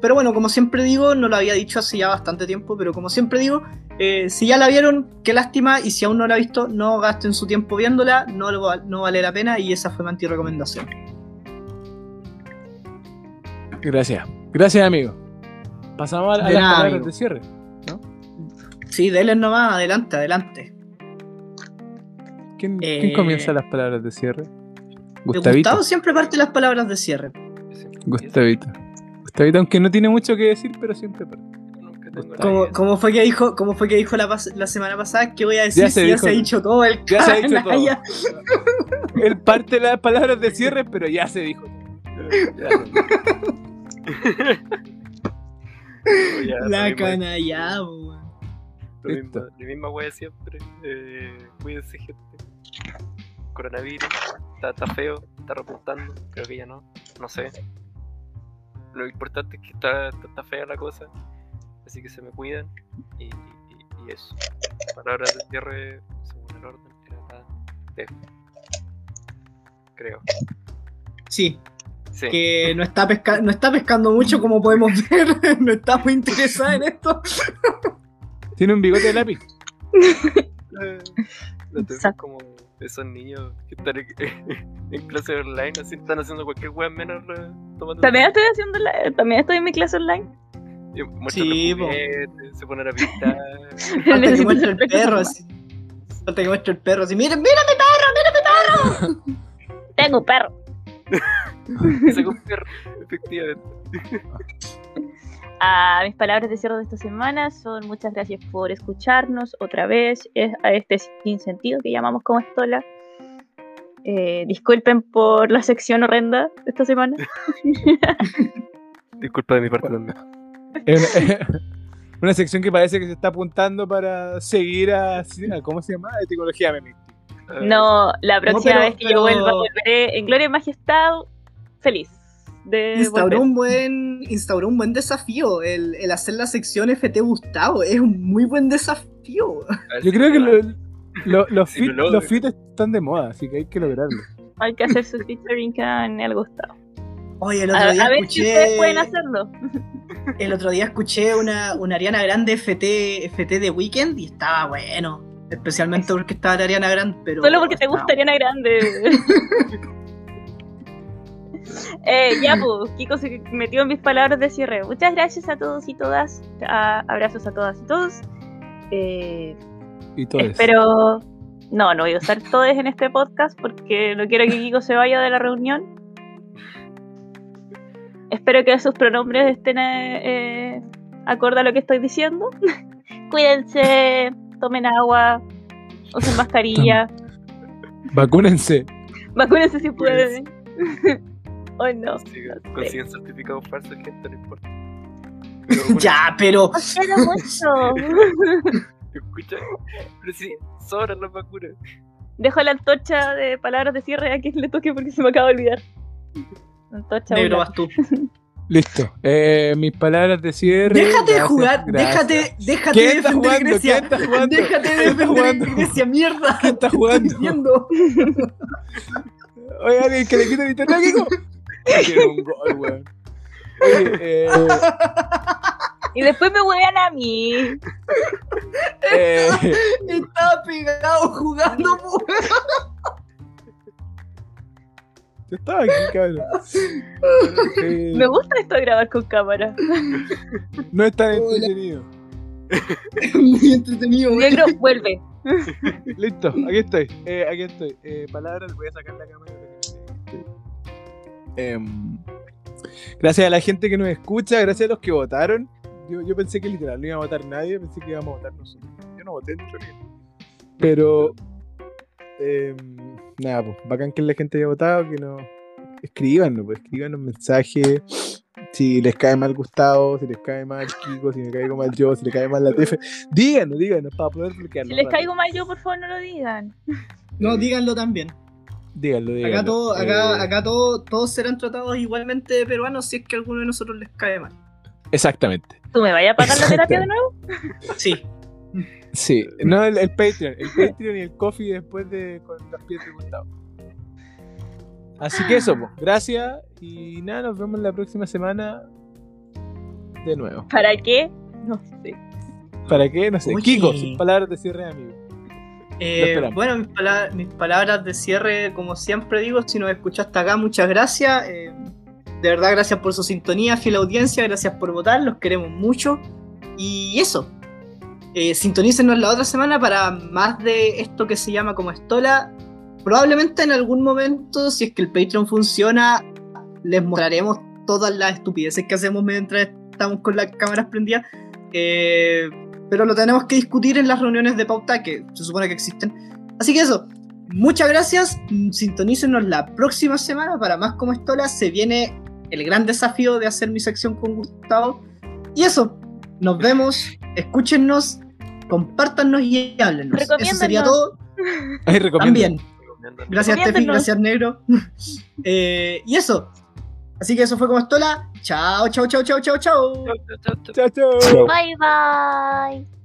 pero bueno, como siempre digo, no lo había dicho hace ya bastante tiempo, pero como siempre digo, eh, si ya la vieron, qué lástima, y si aún no la ha visto, no gasten su tiempo viéndola, no, lo va- no vale la pena, y esa fue mi antirecomendación.
Gracias. Gracias, amigo. Pasamos a, a
De
las
nada,
palabras
amigo.
de cierre.
Sí, denle nomás, adelante, adelante.
¿Quién,
Eh,
quién comienza las palabras de cierre?
De
Gustavito.
Gustavo siempre parte las palabras de cierre.
Gustavito. Gustavito, aunque no tiene mucho que decir, pero siempre parte.
Nunca tengo
Como,
nadie.
como fue que dijo, como fue que dijo la, pas- la semana pasada, que voy a decir
Ya
si
se
ya
dijo.
se ha dicho todo el
Ya se ha dicho todo.
canalla?
Él parte las palabras de cierre, pero ya se dijo. Ya se dijo.
Oh, ya,
La
lo mismo-
canalla, weón.
lo mismo-
Listo.
La misma wea de siempre. Eh, cuídense, gente. Coronavirus. Está, está feo. Está repuntando. Creo que ya no. No sé. Lo importante es que está, está, está fea la cosa. Así que se me cuidan. Y, y, y- y eso. Palabras de cierre según el orden. Era la de- Creo.
Sí,
Sí.
que no está, pesca- no está pescando mucho, como podemos ver. no está muy interesada en esto.
Tiene un bigote de lápiz.
Eh, Lo tengo
Exacto.
como esos niños que están en, en clase online, así están haciendo cualquier wea menos eh, tomando.
También estoy haciendo la- también estoy en mi clase online.
Y muestran
Sí,
los
po.
juguetes, se ponen a pintar.
Falta que
Necesito
muestre el
tres
perro.
cosas
Así. Falta que muestre el perro. Así, miren, miren.
más. Tengo un perro.
se confirma, efectivamente.
Ah, mis palabras de cierre de esta semana son muchas gracias por escucharnos otra vez es a este sin sentido que llamamos como estola. Eh, disculpen por la sección horrenda de esta semana.
Disculpa de mi parte también.
Es Una, una sección que parece que se está apuntando para seguir a, a- ¿cómo se llama? Etimología meme.
Ah,
No, la próxima
pero-
vez que
pero-
yo vuelva volveré en gloria y majestad feliz de
Instauró
volver.
un buen, instauró un buen desafío. El, el hacer la sección FT Gustavo es un muy buen desafío.
Yo creo que lo- lo- los,
Si lo
fit,
logro.
los fit están de moda, así que hay que lograrlo.
Hay que hacer su featuring con el Gustavo.
Oye, el
A,
otro día
a ver si ustedes
escuché.
pueden hacerlo.
El otro día escuché una, una Ariana Grande FT, FT de Weekend y estaba bueno. Especialmente porque estaba la Ariana Grande. Pero
Solo porque te
estaba
gusta Ariana Grande. Eh, ya, pues, Kiko se metió en mis palabras de cierre. Muchas gracias a todos y todas. A- abrazos a todas y todos. Eh,
Y todo eso.
espero. No, no voy a usar todos en este podcast porque no quiero que Kiko se vaya de la reunión. Espero que sus pronombres estén eh, eh, acorde a lo que estoy diciendo. Cuídense, tomen agua, usen mascarilla.
Vacúnense.
Vacúnense si pueden. oh no.
Consigan,
no sé.
consigan certificados falsos, gente, no importa.
Ya, pero.
Os quiero mucho.
Escucha, pero si sobran las vacunas.
Dejo la antorcha de palabras de cierre a quien le toque porque se me acaba de olvidar. Antorcha.
Negro,
una.
vas tú.
Listo. Eh, mis palabras de cierre.
Déjate de
Gracias,
jugar,
gracias.
déjate, déjate de
¿Quién está
defender a
jugando? ¿Quién
Grecia.
está jugando?
Déjate de
¿Quién está
defender a
jugando?
Grecia, mierda.
¿Quién está
Te estoy
jugando?
diciendo.
Oye, alguien que le quita el internet, Kiko. Tiene un gol, weón. Oye, eh,
Y después me huevean a mí.
eh,
Estaba pegado jugando, po.
yo estaba aquí, cabrón. Eh,
Me gusta esto de grabar con cámara.
no es tan entretenido.
Muy entretenido, güey.
Negro, vuelve.
Listo, aquí estoy. Eh, aquí estoy. Eh, palabras, voy a sacar la cámara. para que me vean. Em, gracias a la gente que nos escucha, gracias a los que votaron. Yo, yo pensé que literal no iba a votar nadie, pensé que íbamos a votar nosotros. Yo no voté mucho. Pero. em, nada, pues bacán que la gente haya votado, que nos escriban, pues escriban un mensaje. Si les cae mal Gustavo, si les cae mal Kiko, si me caigo mal yo, si le cae mal la TF. Díganos, díganos, para poder bloquearlo.
Si les caigo mal yo, por favor, no lo digan.
No, díganlo también.
Díganlo, díganlo.
Acá, todo, acá,
Eh,
acá todo, todos serán tratados igualmente de peruanos si es que a alguno de nosotros les cae mal.
Exactamente.
¿Tú me vayas a pagar la terapia de nuevo?
Sí.
Sí. No, el, el Patreon. El Patreon y el coffee después de con las pies de Gustavo. Así que eso, po. gracias. Y nada, nos vemos la próxima semana. De nuevo.
¿Para qué? No sé.
¿Para qué? No sé.
Oye.
Kiko, sus palabras de cierre, amigo.
Eh,
Lo esperamos.
bueno, mis, pala- mis palabras de cierre, como siempre digo, si nos escuchaste acá, muchas gracias. Eh, de verdad, gracias por su sintonía, fiel audiencia, gracias por votar, los queremos mucho. Y eso, eh, sintonícenos la otra semana para más de esto que se llama como Estola. Probablemente en algún momento, si es que el Patreon funciona, les mostraremos todas las estupideces que hacemos mientras estamos con las cámaras prendidas. Eh, pero lo tenemos que discutir en las reuniones de pauta que se supone que existen. Así que eso, muchas gracias. mm, Sintonícenos la próxima semana para más como estola. Se viene el gran desafío de hacer mi sección con Gustavo. Y eso, nos vemos, escúchennos, compártanos y háblenos. Eso
Recomiéndanos.
sería todo.
Ay, recomiendo.
También.
Recomiendan-
Gracias, Tefi,
Recomiéndanos.
gracias, Negro. Eh, y eso. Así que eso fue como estola. Chao, chao, chao, chao, chao, chao.
Chau, chau, chau, chau.
Chao, chao.
Bye, bye.